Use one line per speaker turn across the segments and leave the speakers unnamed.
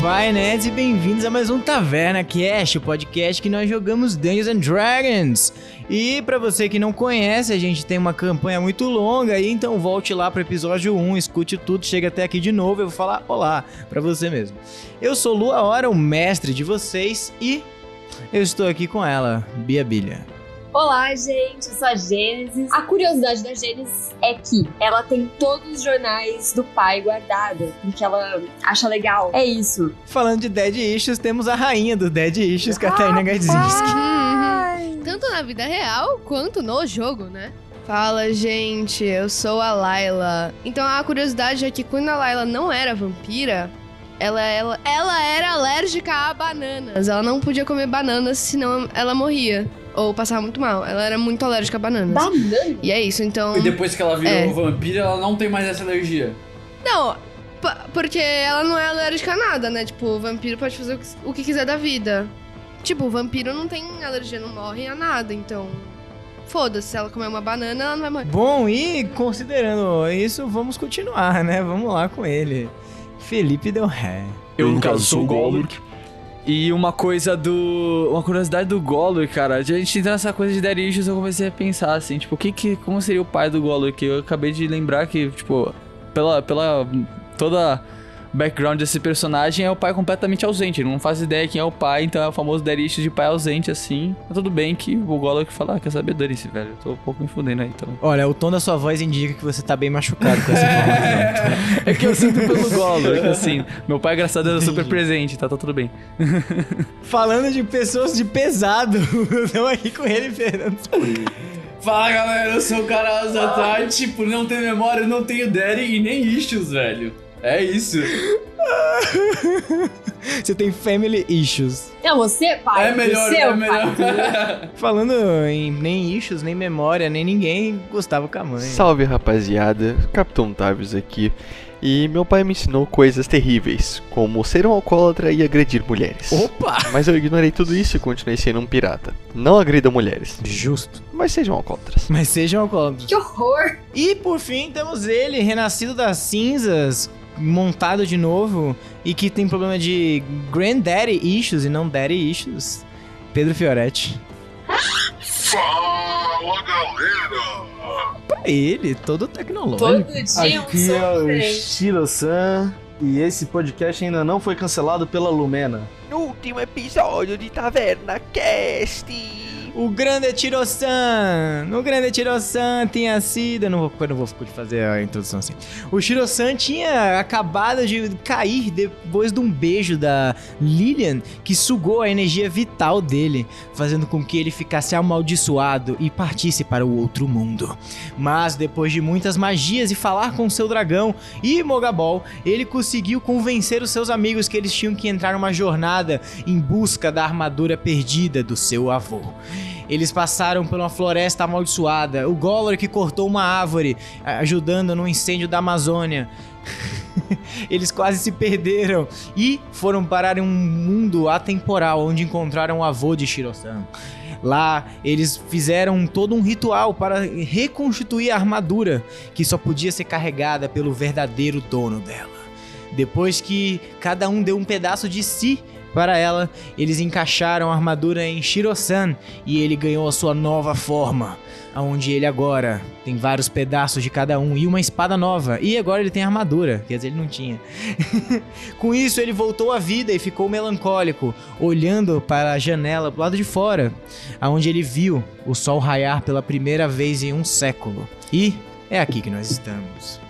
Pai Nerds e bem-vindos a mais um Taverna Cast, o podcast que nós jogamos Dungeons and Dragons. E para você que não conhece, a gente tem uma campanha muito longa aí, então volte lá pro episódio 1, escute tudo, chega até aqui de novo, eu vou falar olá para você mesmo. Eu sou Lua Hora, o mestre de vocês e eu estou aqui com ela, Bia Bilha.
Olá, gente, eu sou a Gênesis. A curiosidade da Gênesis é que ela tem todos os jornais do pai guardados, porque ela acha legal. É isso.
Falando de Dead Issues, temos a rainha do Dead Issues, Catarina Gadzinski.
Tanto na vida real quanto no jogo, né? Fala, gente, eu sou a Layla. Então a curiosidade é que quando a Layla não era vampira, ela, ela, ela era alérgica a bananas. Ela não podia comer bananas, senão ela morria. Ou passava muito mal. Ela era muito alérgica a bananas.
Banana?
E é isso, então.
E depois que ela virou
É.
vampira, ela não tem mais essa alergia.
Não, p- porque ela não é alérgica a nada, né? Tipo, o vampiro pode fazer o que, o que quiser da vida. Tipo, o vampiro não tem alergia, não morre a nada, então. Foda-se, se ela comer uma banana, ela não vai morrer.
Bom, e considerando isso, vamos continuar, né? Vamos lá com ele. Felipe Del Ré.
Eu, no caso, sou o Golurk. E uma coisa do. Uma curiosidade do Golurk, cara. A gente entra nessa coisa de Dead Issues, eu comecei a pensar assim, tipo, o que, que como seria o pai do Golurk? Eu acabei de lembrar que, tipo, pela. pela toda background desse personagem é o pai completamente ausente. Ele não faz ideia quem é o pai, então é o famoso Dead Issues de pai ausente, assim. Mas tudo bem que o Golurk fala, ah, quer saber, dane-se, velho. Eu tô um pouco me fudendo aí, então.
Olha, o tom da sua voz indica que você tá bem machucado com essa informação.
É que eu sinto pelo Golurk, assim. Meu pai, graças a Deus, é super presente, tá, tá tudo bem.
Falando de pessoas de pesado, estamos aqui com ele, Fernando.
Fala galera, eu sou o cara Azatati. Por não ter memória, eu não tenho Daddy e nem issues, velho. É isso.
Você tem family issues.
Não, você, pai.
é melhor,
você,
é
o
melhor.
Pai.
Falando em nem issues, nem memória, nem ninguém, Gustavo Camanha.
Salve rapaziada, Capitão Tavius aqui. E meu pai me ensinou coisas terríveis, como ser um alcoólatra e agredir mulheres.
Opa!
Mas eu ignorei tudo isso e continuei sendo um pirata. Não agridam mulheres,
Justo.
mas sejam alcoólatras.
Mas seja um alcoólatra.
Que horror.
E por fim temos ele, renascido das cinzas, montado de novo e que tem problema de granddaddy issues e não daddy issues. Pedro Fioretti.
Fala galera!
Pra ele, todo tecnológico.
Todo dia um
Aqui é
som
o
diferente.
Shiro-san e esse podcast ainda não foi cancelado pela Lumena.
Último episódio de Taverna Cast!
O grande Tiro-san! O grande Tiro-san tinha sido. Eu não vou, eu não vou fazer a introdução assim. O Tiro-san tinha acabado de cair depois de um beijo da Lillian que sugou a energia vital dele, fazendo com que ele ficasse amaldiçoado e partisse para o outro mundo. Mas depois de muitas magias e falar com seu dragão e Mogabol, ele conseguiu convencer os seus amigos que eles tinham que entrar numa jornada em busca da armadura perdida do seu avô. Eles passaram por uma floresta amaldiçoada. O Golor que cortou uma árvore, a- ajudando no incêndio da Amazônia. Eles quase se perderam e foram parar em um mundo atemporal onde encontraram o avô de Shiro-san. Lá eles fizeram todo um ritual para reconstituir a armadura que só podia ser carregada pelo verdadeiro dono dela. Depois que cada um deu um pedaço de si para ela, eles encaixaram a armadura em Shiro-san e ele ganhou a sua nova forma, aonde ele agora tem vários pedaços de cada um e uma espada nova. E agora ele tem armadura, quer dizer, ele não tinha. Com isso, ele voltou à vida e ficou melancólico, olhando para a janela do lado de fora, aonde ele viu o sol raiar pela primeira vez em um século. E é aqui que nós estamos.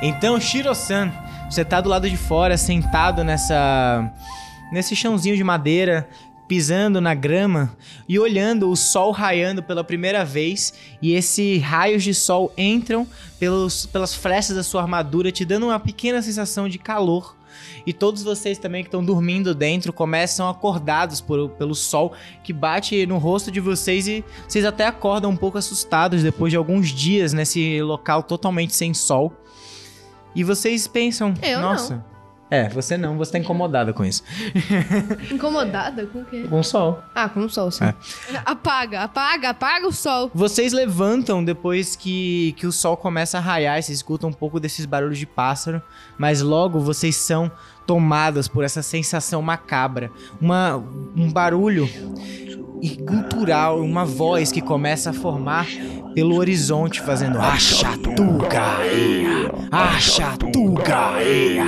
Então, Shiro-san, você tá do lado de fora, sentado nessa nesse chãozinho de madeira, pisando na grama e olhando o sol raiando pela primeira vez, e esses raios de sol entram pelos, pelas frestas da sua armadura, te dando uma pequena sensação de calor. E todos vocês também que estão dormindo dentro começam acordados por- pelo sol que bate no rosto de vocês e vocês até acordam um pouco assustados depois de alguns dias nesse local totalmente sem sol. E vocês pensam,
Eu não.
nossa, É, você não, você tá incomodada com isso.
Incomodada com o quê?
Com o sol.
Ah, com o sol, sim.
É.
Apaga, apaga, apaga o sol.
Vocês levantam depois que, que o sol começa a raiar e vocês escutam um pouco desses barulhos de pássaro, mas logo vocês são tomadas por essa sensação macabra. Uma, um barulho e cultural, uma voz que começa a formar pelo horizonte, fazendo Achatucaia, Achatucaia.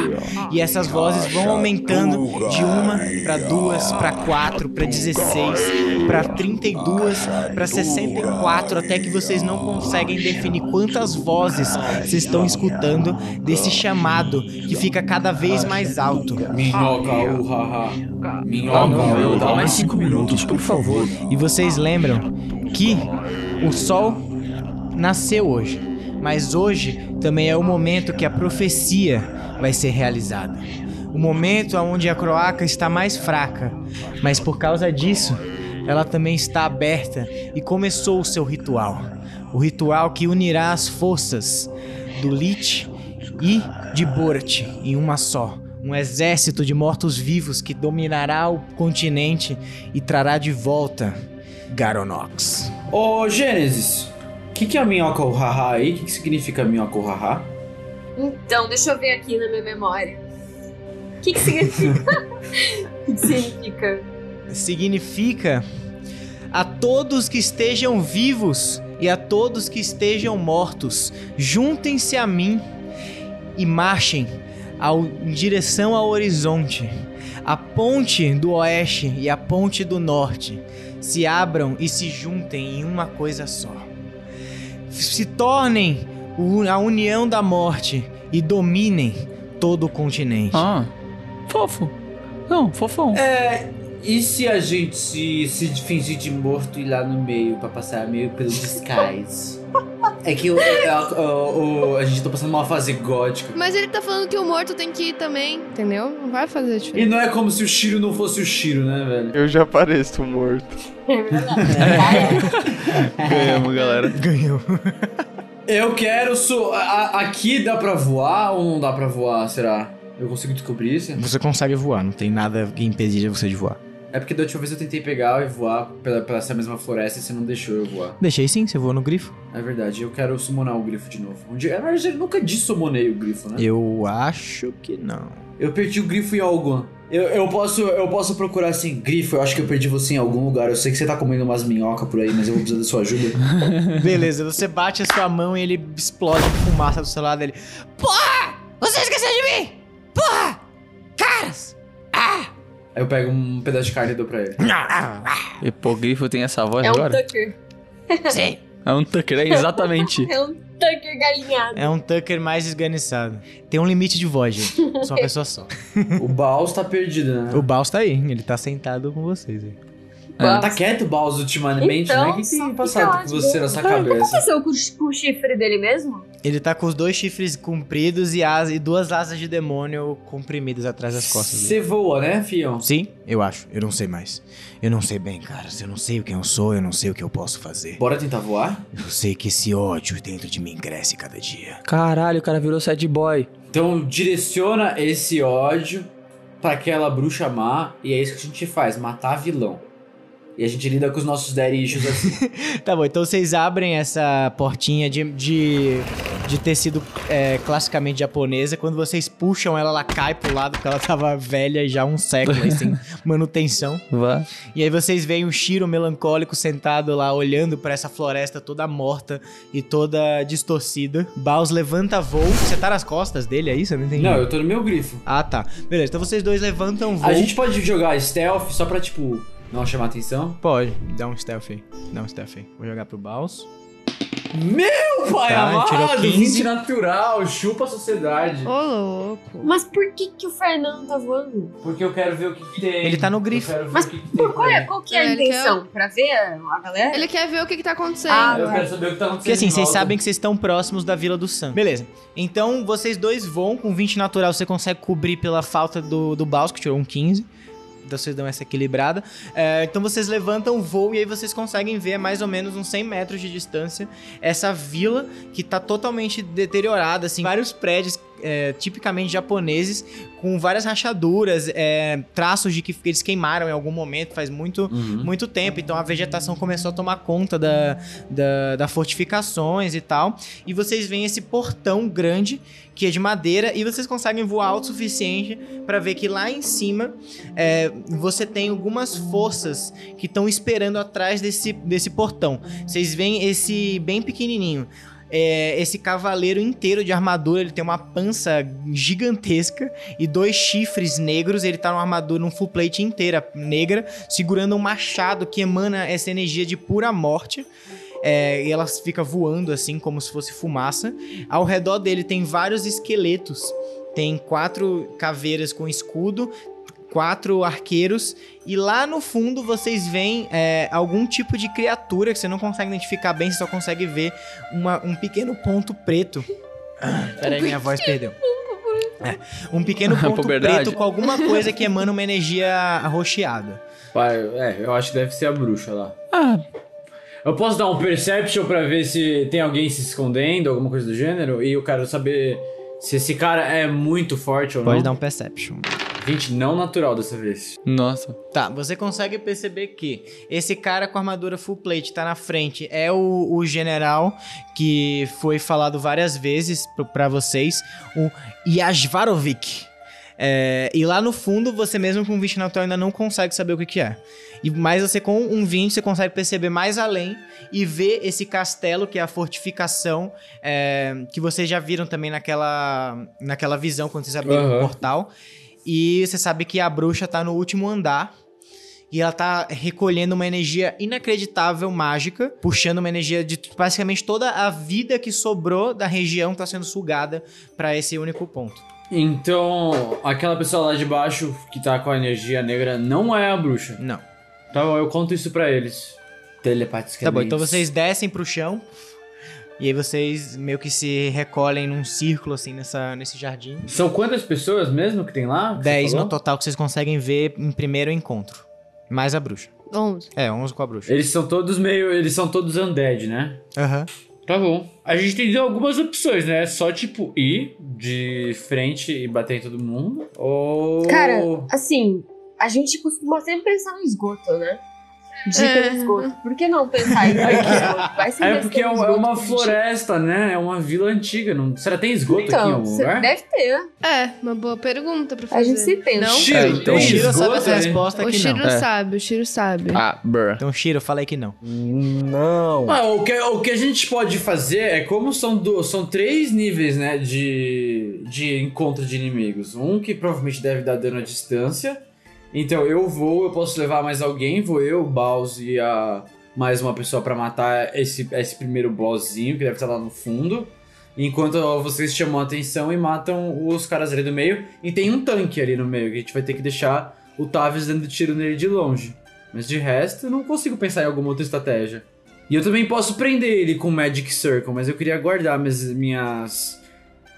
E essas vozes vão aumentando de uma pra duas, pra quatro, pra 16, pra 32, pra 64, até que vocês não conseguem definir quantas vozes vocês estão escutando desse chamado que fica cada vez mais alto.
Minhoca, uhaha. Minhoca,
meu, dá
uhaha.
mais cinco minutos, por favor.
E vocês lembram que o sol nasceu hoje, mas hoje também é o momento que a profecia vai ser realizada. O momento onde a croaca está mais fraca, mas por causa disso, ela também está aberta e começou o seu ritual. O ritual que unirá as forças do Lich e de Borat em uma só. Um exército de mortos-vivos que dominará o continente e trará de volta Garonox.
Ô, Gênesis, o que, que é a minhoca, uhaha aí? O que, que significa minhoca, uhaha?
Então, deixa eu ver aqui na minha memória. O que, que significa? O que, que significa?
Significa a todos que estejam vivos e a todos que estejam mortos, juntem-se a mim e marchem ao- em direção ao horizonte. A ponte do oeste e a ponte do norte se abram e se juntem em uma coisa só. Se tornem o- a união da morte e dominem todo o continente.
Ah, fofo. Não, fofão.
É. E se a gente se, se fingir de morto e ir lá no meio pra passar meio pelo disguise? é que o- o- o- o- a gente tá passando uma fase gótica.
Mas ele tá falando que o morto tem que ir também, entendeu? Não vai fazer
E
diferença.
não é como se o Shiro não fosse o Shiro, né, velho?
Eu já pareço morto.
É verdade.
Ganhamos, galera.
Ganhou.
Eu quero. Su a- a- aqui dá pra voar ou não dá pra voar? Será? Eu consigo descobrir isso?
Você consegue voar, não tem nada que impedir você de voar.
É porque da última vez eu tentei pegar e voar pela, pela essa mesma floresta e você não deixou eu voar.
Deixei sim, você voa no grifo.
É verdade, eu quero summonar o grifo de novo. Um dia, na verdade, eu nunca dissummonei o grifo,
Ah.
né?
Eu acho que não.
Eu perdi o grifo em algum. Eu, eu, posso, eu posso procurar assim, grifo, eu acho que eu perdi você em algum lugar. Eu sei que você tá comendo umas minhocas por aí, mas eu vou precisar da sua ajuda.
Beleza, você bate a sua mão e ele explode com fumaça do seu lado dele. Porra! Você esqueceu de mim! Porra! Caras! Ah!
Aí eu pego um pedaço de carne e dou pra ele.
Hipogrifo tem essa voz
É um
agora?
Tucker.
Sim.
É um tucker, é exatamente.
É um Tucker galinhado.
É um Tucker mais esganiçado. Tem um limite de voz, gente. Só uma pessoa só.
O Baus tá perdido, né?
O Baus tá aí, ele tá sentado com vocês. aí.
Tá quieto o Baus ultimamente,
Então,
né? O que
só
tem
fica
passado com
ótimo.
você nessa
O que
cabeça?
aconteceu com o chi- com o chifre dele mesmo?
Ele tá com os dois chifres compridos e, as, e duas asas de demônio comprimidas atrás das costas dele.
Você voa, né, Fion?
Sim, eu acho. Eu não sei mais. Eu não sei bem, caras. Eu não sei o que eu sou, eu não sei o que eu posso fazer.
Bora tentar voar?
Eu sei que esse ódio dentro de mim cresce cada dia.
Caralho, o cara virou sad boy.
Então direciona esse ódio pra aquela bruxa má e é isso que a gente faz, matar vilão. E a gente lida com os nossos derichos assim.
Tá bom, então vocês abrem essa portinha de, de, de tecido é, classicamente japonesa. Quando vocês puxam ela, ela cai pro lado, porque ela tava velha já há um século, aí, sem manutenção.
Vá.
E aí vocês veem o Shiro melancólico sentado lá, olhando pra essa floresta toda morta e toda distorcida. Baus levanta voo. Você tá nas costas dele, é isso? Eu não entendi.
Não, eu tô no meu grifo.
Ah, tá. Beleza, então vocês dois levantam voo.
A gente pode jogar stealth só pra, tipo, não chamar atenção?
Pode, dá um stealth aí. Dá um stealth aí. Vou jogar pro Baus.
Meu pai
Tá,
amado!
tirou 15.
20 natural, chupa a sociedade.
Ô, louco.
Mas por que, que o Fernando tá voando?
Porque eu quero ver o que, que tem.
Ele tá no grifo.
Eu quero ver
Mas
o que, que tem.
Por qual, é, qual que é a
É, ele
intenção? Pra ver a galera?
Ele quer ver o que, que tá acontecendo.
Ah,
Eu quero saber o que tá acontecendo.
Porque assim,
em
vocês
volta.
sabem que vocês estão próximos da Vila do Sam. Beleza. Então, vocês dois vão com 20 natural, você consegue cobrir pela falta do, do Baus, que tirou um 15. Então vocês dão essa equilibrada. É, então vocês levantam o voo e aí vocês conseguem ver a mais ou menos uns 100 metros de distância essa vila que tá totalmente deteriorada, assim, vários prédios é, tipicamente japoneses com várias rachaduras, é, traços de que eles queimaram em algum momento, faz muito
Uhum.
muito tempo. Então a vegetação começou a tomar conta da, da, da fortificações e tal. E vocês veem esse portão grande que é de madeira e vocês conseguem voar alto o suficiente para ver que lá em cima é, você tem algumas forças que estão esperando atrás desse, desse portão. Vocês veem esse bem pequenininho. É, esse cavaleiro inteiro de armadura, ele tem uma pança gigantesca e dois chifres negros. Ele tá numa armadura, num full plate inteira negra, segurando um machado que emana essa energia de pura morte. É, e ela fica voando assim, como se fosse fumaça. Ao redor dele tem vários esqueletos. Tem quatro caveiras com escudo, quatro arqueiros. E lá no fundo vocês veem é, algum tipo de criatura que você não consegue identificar bem, você só consegue ver uma- um pequeno ponto preto. Ah, Um Peraí, minha voz perdeu. É, um pequeno ponto
Puberdade.
preto com alguma coisa que emana uma energia rocheada.
Vai, é, eu acho que deve ser a bruxa lá.
Ah,
Eu posso dar um perception pra ver se tem alguém se escondendo, alguma coisa do gênero? E eu quero saber se esse cara é muito forte ou
Pode dar
não.
um perception.
20, não natural dessa vez.
nossa.
Tá, você consegue perceber que esse cara com a armadura full plate tá na frente é o, o general que foi falado várias vezes pro- pra vocês, o Yasvarovic. É, e lá no fundo, você mesmo com um 20 natural ainda não consegue saber o que, que é. E mais você com um 20, você consegue perceber mais além e ver esse castelo, que é a fortificação, é, que vocês já viram também naquela, naquela visão quando vocês abriram o
Aham.
portal. E você sabe que a bruxa tá no último andar. E ela tá recolhendo uma energia inacreditável, mágica, puxando uma energia de basicamente toda a vida que sobrou da região tá sendo sugada pra esse único ponto.
Então, aquela pessoa lá de baixo que tá com a energia negra não é a bruxa.
Não.
Tá bom, eu conto isso pra eles. Telepaticamente.
Tá bom, então vocês descem pro chão. E aí vocês meio que se recolhem num círculo assim nessa, nesse jardim.
São quantas pessoas mesmo que tem lá? que você
10
falou?
no total que vocês conseguem ver em primeiro encontro. Mais a bruxa.
11.
É, 11 com a bruxa.
Eles são todos meio. Eles são todos undead, né?
Aham.
Tá bom. A gente tem algumas opções, né? Só, tipo, ir de frente e bater em todo mundo. Ou.
Cara, assim, a gente costuma sempre pensar no esgoto, né? Dica
É.
no esgoto. Por que não pensar em esgoto? Vai se
É
investir
porque é,
no
um- é
esgoto
uma
que a gente-
floresta, né? É uma vila antiga. Não... Será que tem esgoto aqui em
Então,
algum
cê-
lugar?
deve ter.
É, uma boa pergunta pra fazer.
A gente se pensa.
Não?
É, então-
o Shiro sabe
Esgoto,
essa
hein?
resposta
O
que
Shiro
não.
É.
sabe, o Shiro sabe.
Ah, bruh.
Então, Shiro, falei que não.
Não.
Ah, o, que, o que a gente pode fazer é como são, do, são três níveis, né, de, de encontro de inimigos. Um que provavelmente deve dar dano à distância. Então eu vou, eu posso levar mais alguém, vou eu, o Baus e a, mais uma pessoa pra matar esse, esse primeiro bossinho que deve estar lá no fundo. Enquanto vocês chamam a atenção e matam os caras ali do meio. E tem um tanque ali no meio, que a gente vai ter que deixar o Tavis dando tiro nele de longe. Mas de resto, eu não consigo pensar em alguma outra estratégia. E eu também posso prender ele com Magic Circle, mas eu queria guardar minhas, minhas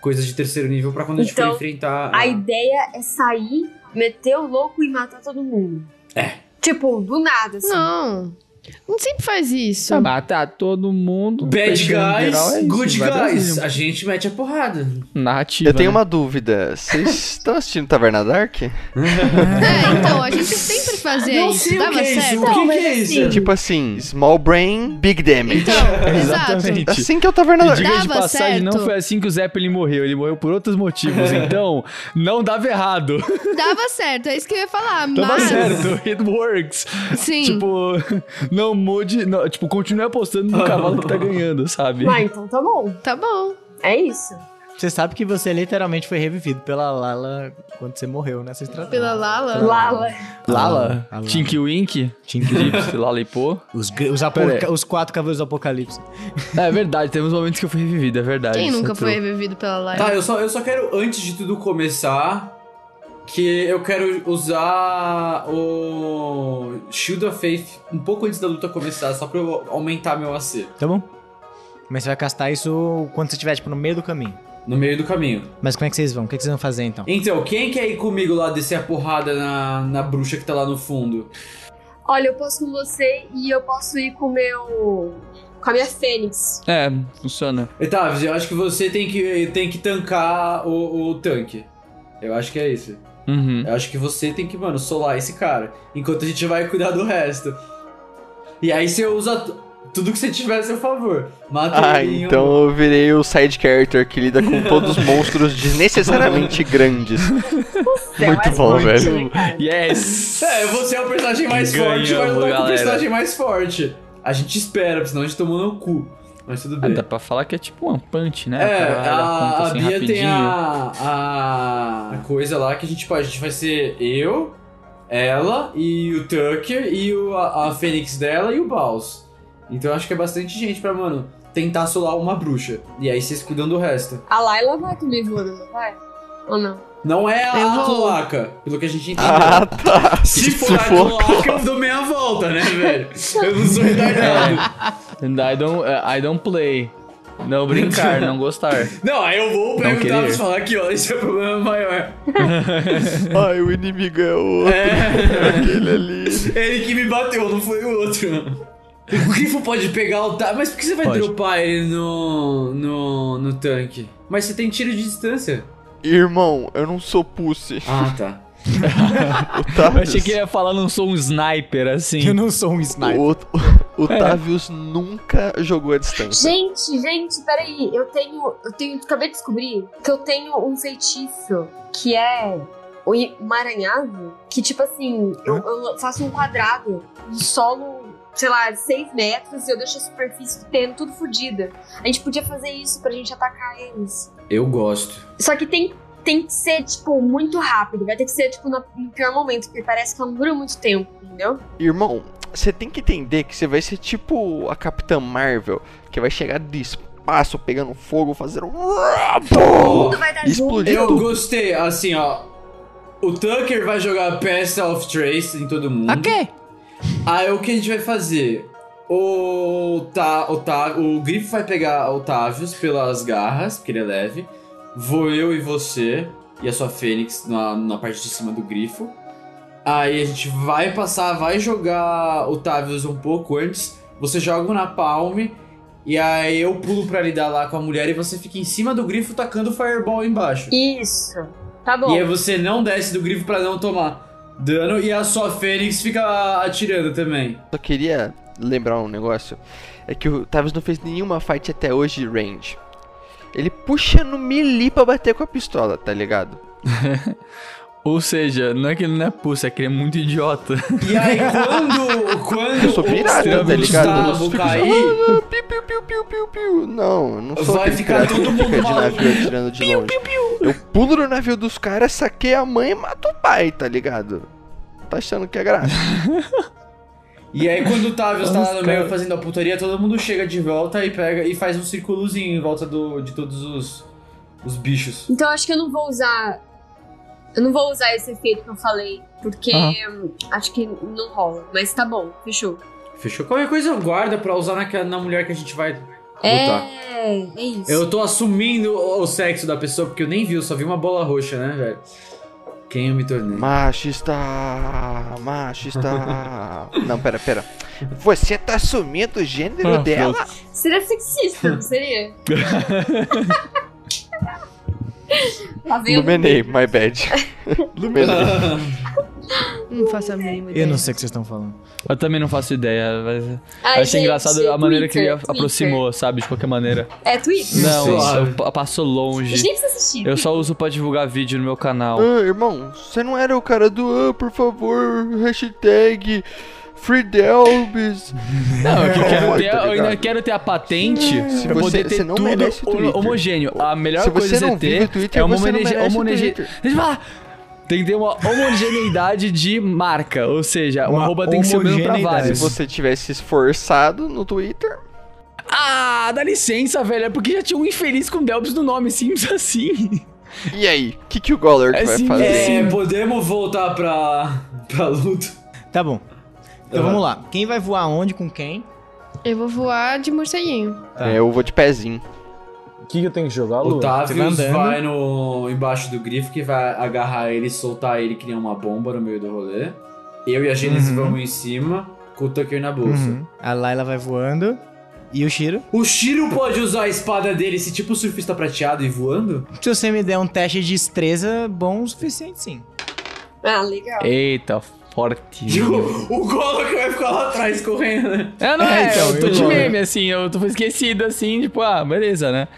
coisas de terceiro nível pra quando a gente
Então,
for enfrentar.
A ideia é sair, meter o louco e matar todo mundo. É. Tipo, do nada, assim.
Não. Não sempre faz isso.
Tá
Matar todo mundo.
Bad
fechando
guys,
geral, é isso,
good
vai dar
guys.
mesmo.
A gente mete a porrada.
Na ativa,
Eu tenho
né?
uma dúvida. Vocês estão assistindo Taverna Dark?
É, então, a gente sempre fazia isso. Dava certo.
O que,
mas
que é isso?
assim,
Tipo assim, Small Brain, Big Damage.
Então, exato.
Exatamente.
Assim que é o Taverna
E
Dark.
diga de
Dava
passagem, não
certo. É.
foi assim que o Zeppelin morreu. Ele morreu por outros motivos. Então, não dava errado.
Dava certo, é isso que eu ia falar.
Dava
mas...
certo. It works.
Sim.
Tipo, não mude. não- tipo, continue apostando
Ah.
no cavalo que tá ganhando, sabe?
Ah, então tá bom.
Tá bom.
É isso.
Você sabe que você literalmente foi revivido pela Lala quando você morreu nessa estratégia.
Pela
Ah.
Lala.
Lala.
Lala?
Lala.
Ah. Tinky Wink?
Tinky
Lips, Lalipô.
Os, gr- os, apo-
Pera aí.
os quatro cavaleiros do apocalipse.
É verdade, temos momentos que eu fui revivido, é verdade.
Quem
isso
nunca
é
foi
true.
revivido pela Lala?
Tá, eu só, eu só quero, antes de tudo começar, que eu quero usar o Shield of Faith um pouco antes da luta começar, só pra eu aumentar meu AC.
Tá bom? Mas você vai castar isso quando você estiver, tipo, no meio do caminho.
No meio do caminho.
Mas como é que vocês vão? O que, que vocês vão fazer então?
Então, quem quer ir comigo lá descer a porrada na, na bruxa que tá lá no fundo?
Olha, eu posso com você e eu posso ir com o meu. com a minha fênix.
É, funciona.
Etavis, eu acho que você tem que, tem que tancar o, o tanque. Eu acho que é isso.
Uhum.
Eu acho que você tem que, mano, solar esse cara. Enquanto a gente vai cuidar do resto. E aí você usa t- tudo que você tiver a seu favor. Mata
Ah,
ele em um-
então eu virei o side character que lida com todos os monstros desnecessariamente grandes. É Muito bom, né, velho.
Yes!
É, você é o personagem mais
Ganhamos,
forte, vai lutar com o
galera.
personagem mais forte. A gente espera, porque senão a gente tomou no cu. Mas tudo
Ah,
bem.
dá pra falar que é tipo um punch, né?
É,
O cara dá
a,
conta,
a
assim,
Bia tem
rapidinho.
a, a coisa lá que a gente pode. A gente vai ser eu, ela e o Tucker e o, a, a Fênix dela e o Baus. Então eu acho que é bastante gente pra, mano, tentar solar uma bruxa. E aí vocês cuidam do resto.
A Laila vai comigo, Luna, não vai? Ou não?
Não é a,
Eu
a
vou.
cloaca, pelo que a gente entendeu.
Ah, tá.
Se for a cloaca, eu dou meia volta, né, velho? Eu não sou
É.
retardado.
And I don't, uh, I don't play. Não brincar, não gostar.
Não, aí eu vou
Não
perguntar
querer.
pra você falar aqui, ó, esse é o problema maior.
Ai, o inimigo é outro. Aquele ali.
Ele que me bateu, não foi o outro. O Grifo pode pegar o tá, mas por que você vai
Pode.
dropar ele no, no no tanque? Mas você tem tiro de distância.
Irmão, eu não sou pussy.
Ah, tá.
O
Eu
Tavius,
achei que ele ia falar, não sou um sniper,
Eu
assim.
não sou um sniper.
o, o Tavius nunca jogou à distância.
Gente, gente, peraí. Eu tenho. Eu tenho. Acabei de descobrir que eu tenho um feitiço que é o emaranhado. Que tipo assim, eu, eu faço um quadrado, um solo, sei lá, de 6 metros, e eu deixo a superfície do terreno tudo fodida. A gente podia fazer isso pra gente atacar eles.
Eu gosto.
Só que tem, tem que ser, tipo, muito rápido. Vai ter que ser, tipo, no, no pior momento, porque parece que não dura muito tempo, entendeu?
Irmão, você tem que entender que você vai ser tipo a Capitã Marvel, que vai chegar do espaço pegando fogo, fazendo. um-
Tudo vai dar junto.
Explodir
Eu
tudo.
gostei, assim, ó. O Tucker vai jogar Pass of Trace em todo mundo.
Ok.
Aí o que a gente vai fazer? O, tá, o, tá, o Grifo vai pegar o Tavius pelas garras, porque ele é leve. Vou eu e você e a sua Fênix na, na parte de cima do Grifo. Aí a gente vai passar, vai jogar o Tavius um pouco antes. Você joga um na palme. E aí eu pulo pra lidar lá com a mulher e você fica em cima do grifo tacando o fireball embaixo.
Isso. Tá bom.
E aí você não desce do grifo pra não tomar dano e a sua Fênix fica atirando também.
Só queria lembrar um negócio. É que o Tavius não fez nenhuma fight até hoje de range. Ele puxa no melee pra bater com a pistola, tá ligado?
Ou seja, não é que ele não é pussy, é que ele é muito idiota.
E aí quando, quando
Eu sou
o
pirata,
Gustavo
tá ligado? Eu
Gustavo
fico
cair,
Piu, piu, piu, piu, piu, piu. Não, eu não sou
Vai
aquele
ficar
pirata
todo
que
mundo
fica de
maluco.
navio atirando de longe. Eu pulo no navio dos caras, saquei a mãe e mato o pai, tá ligado? Tá achando que é graça.
e aí quando o Tavius tá lá no
Nossa,
meio
cara.
fazendo a putaria, todo mundo chega de volta e pega e faz um circulozinho em volta do, de todos os, os bichos.
Então acho que eu não vou usar. Eu não vou usar esse efeito que eu falei, porque hum, acho que não rola. Mas tá bom, fechou.
Fechou? Qualquer coisa guarda pra usar naquela- na, mulher que a gente vai lutar.
É, é isso.
Eu tô assumindo o, o sexo da pessoa porque eu nem vi, eu só vi uma bola roxa, né, velho? Quem eu me tornei?
Machista, machista. Não, pera, pera. Você tá assumindo o gênero
Ah,
dela?
Seria sexista, não seria? tá vendo?
Lumenei, my bad. Lumenei.
Não faço a mínima ideia.
Eu não sei o que vocês estão falando.
Eu também não faço ideia. Mas...
Ai,
Eu achei
gente,
engraçado a maneira que ele
Twitter,
a- aproximou, sabe? De qualquer maneira.
Twitter. É Twitter?
Não,
Suave.
eu pa- passo
A
longe.
gente nem precisa assistir.
Eu só uso pra divulgar vídeo no meu canal.
Ah, irmão, você não era o cara do ah, por favor, hashtag FreeDelbs.
Não, eu que quero
Foi,
ter,
tá
a- eu ainda
ligado?
quero ter a patente
Se
pra
você-
poder ter
você não
tudo
merece o Twitter.
homogêneo. A melhor
Se
coisa
você
é
não vive
ter
o Twitter,
é uma
você não
homogeneidade.
merece o Twitter.
Deixa eu falar. Tem que ter uma homogeneidade de marca. Ou seja, o
Uma
arroba tem que ser o mesmo pra
homogeneidade.
Se
vários.
você tivesse esforçado no Twitter,
Ah, dá licença, velho. É porque já tinha um infeliz com Delbs no nome, simples assim.
e aí? O que, que o Gollard
É
vai
sim,
fazer?
é.
É, podemos voltar pra, pra luta.
Tá bom. Então
Uhum.
vamos lá. Quem vai voar onde com quem?
Eu vou voar de morceguinho.
Tá.
É, eu vou de pezinho.
O que, que eu tenho que jogar,
O
Lu?
Você vai
Tavius
andando.
vai no, embaixo do grifo que vai agarrar ele, soltar ele que nem uma bomba no meio do rolê. Eu e a Genesis
Uhum.
vamos em cima, com o Tucker na bolsa.
Uhum. A Laila vai voando. E o Shiro?
O Shiro pode usar a espada dele, esse tipo surfista prateado e voando?
Se você me der um teste de destreza bom o suficiente, sim.
Ah, legal.
Eita,
E
forte.
o, Tipo, o Golok vai ficar lá atrás correndo, né?
É, não
É,
é,
então,
eu tô
eu
de
gosto.
meme, assim, eu tô esquecido, assim, tipo, ah, beleza, né?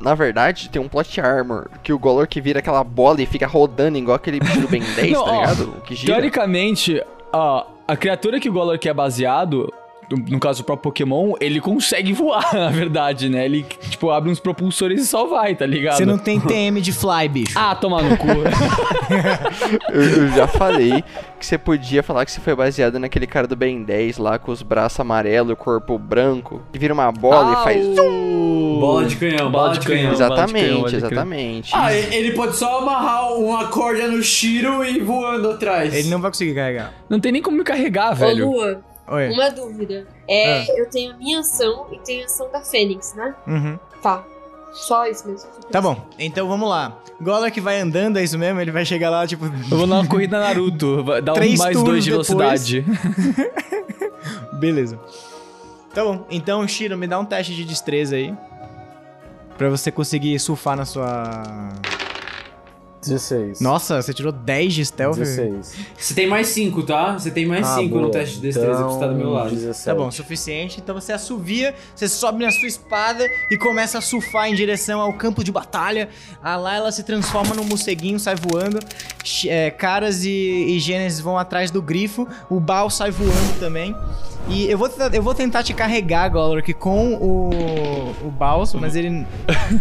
Na verdade, tem um plot armor que o Golork vira aquela bola e fica rodando igual aquele bicho do Ben 10,
Não,
tá
ó,
ligado? Que gira.
Teoricamente, a, a criatura que o Golor é baseado, no, no caso o próprio Pokémon, ele consegue voar, na verdade, né? Ele, tipo, abre uns propulsores e só vai, tá ligado?
Você não tem TM de fly, bicho.
Ah, toma no cu.
Eu, eu já falei que você podia falar que você foi baseado naquele cara do Ben 10 lá com os braços amarelos, o corpo branco, que vira uma bola e faz. zum.
Bola de canhão, bola um de canhão.
Exato. canhão,
Exatamente,
pode crer.
exatamente.
Ah, e- ele pode só amarrar uma corda no Shiro e ir voando atrás.
Ele não vai conseguir carregar.
Não tem nem como me carregar,
Ô,
velho. Ah.
Lua,
Oi.
uma dúvida. É, Eu tenho a minha ação e tenho a ação da Fênix, né?
Uhum.
Tá. Só isso mesmo.
Tá bom, então vamos lá. Gola que vai andando, é isso mesmo? Ele vai chegar lá, tipo.
Eu vou dar uma corrida Naruto, vai dar um
Três
mais
turnos
dois de velocidade.
Beleza. Tá bom, então, Shiro, me dá um teste de destreza aí. Pra você conseguir surfar na sua.
16.
Nossa, você tirou 10 de stealth?
16.
Você tem mais 5, tá? Você tem
Ah,
mais 5 no teste de destreza que você tá do
Então,
meu lado.
17.
Tá bom, suficiente. Então você assovia, você sobe na sua espada e começa a surfar em direção ao campo de batalha. A Layla se transforma num morceguinho, sai voando. Sh- é, Caras e, e Gênesis vão atrás do grifo. O Baal sai voando também. E eu vou, tentar- eu vou tentar te carregar, Golork, com o, o Baal,
Uhum.
mas ele.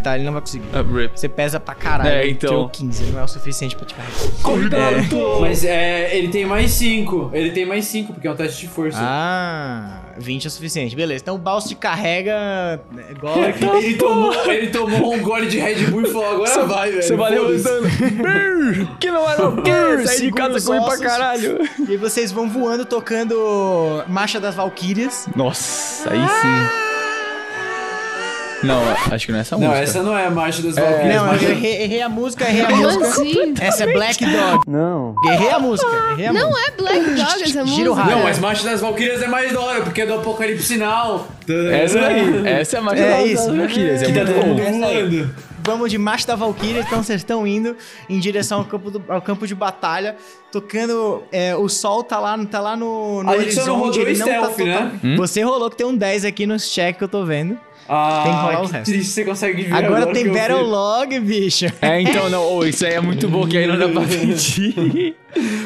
tá, ele não vai conseguir.
Ah, rip.
Você pesa pra caralho.
É,
ele
então.
Tirou 15, não é o suficiente pra te carregar.
Mas é, ele tem mais 5. Ele tem mais 5, porque é um teste de força.
Ah, 20 é o suficiente. Beleza, então o Baal te carrega. né, Golork.
Ele tomou, ele tomou um gole de Red Bull e falou: agora vai, velho.
tá, Você vai
foda-se."
levantando. Brrr, que não é não. brrr, Saí de
Segura
casa
os
corri pra
ossos.
caralho.
E aí vocês vão voando tocando Marcha das Valquírias.
Nossa, aí sim. Não, acho que não é essa
Não,
música.
essa não é a marcha das Valkyries.
Não,
é
mas- é
eu errei, errei a música, errei
Tá
a
Como
música.
assim?
Essa é Black Dog.
Não.
Errei a música, errei a
Não
música.
é Black Dog
Gira o
essa música.
rabo.
Não, mas Marcha das Valkyrias é mais da hora, porque é do Apocalipse Sinal.
Essa daí. Essa é a mais
É
da- das
isso.
Valkyrias,
Que
É
tá
muito
todo mundo
bom.
voando.
Vamos de Marcha da Valquíria, então vocês estão indo em direção ao campo, do- ao campo de batalha, tocando. é, o sol tá lá, tá lá no, no
A gente
horizonte.
só não rodou
ele não tá
stealth,
total-
né?
Hum?
Você rolou que tem um 10 aqui no check que eu tô vendo.
Ah,
Tem que rolar o
que
resto.
triste, você consegue ver.
Agora
que
tem
eu
Battle
vi.
Log, bicho.
É, então, não, ô, isso aí é muito bom, que aí não dá pra pedir.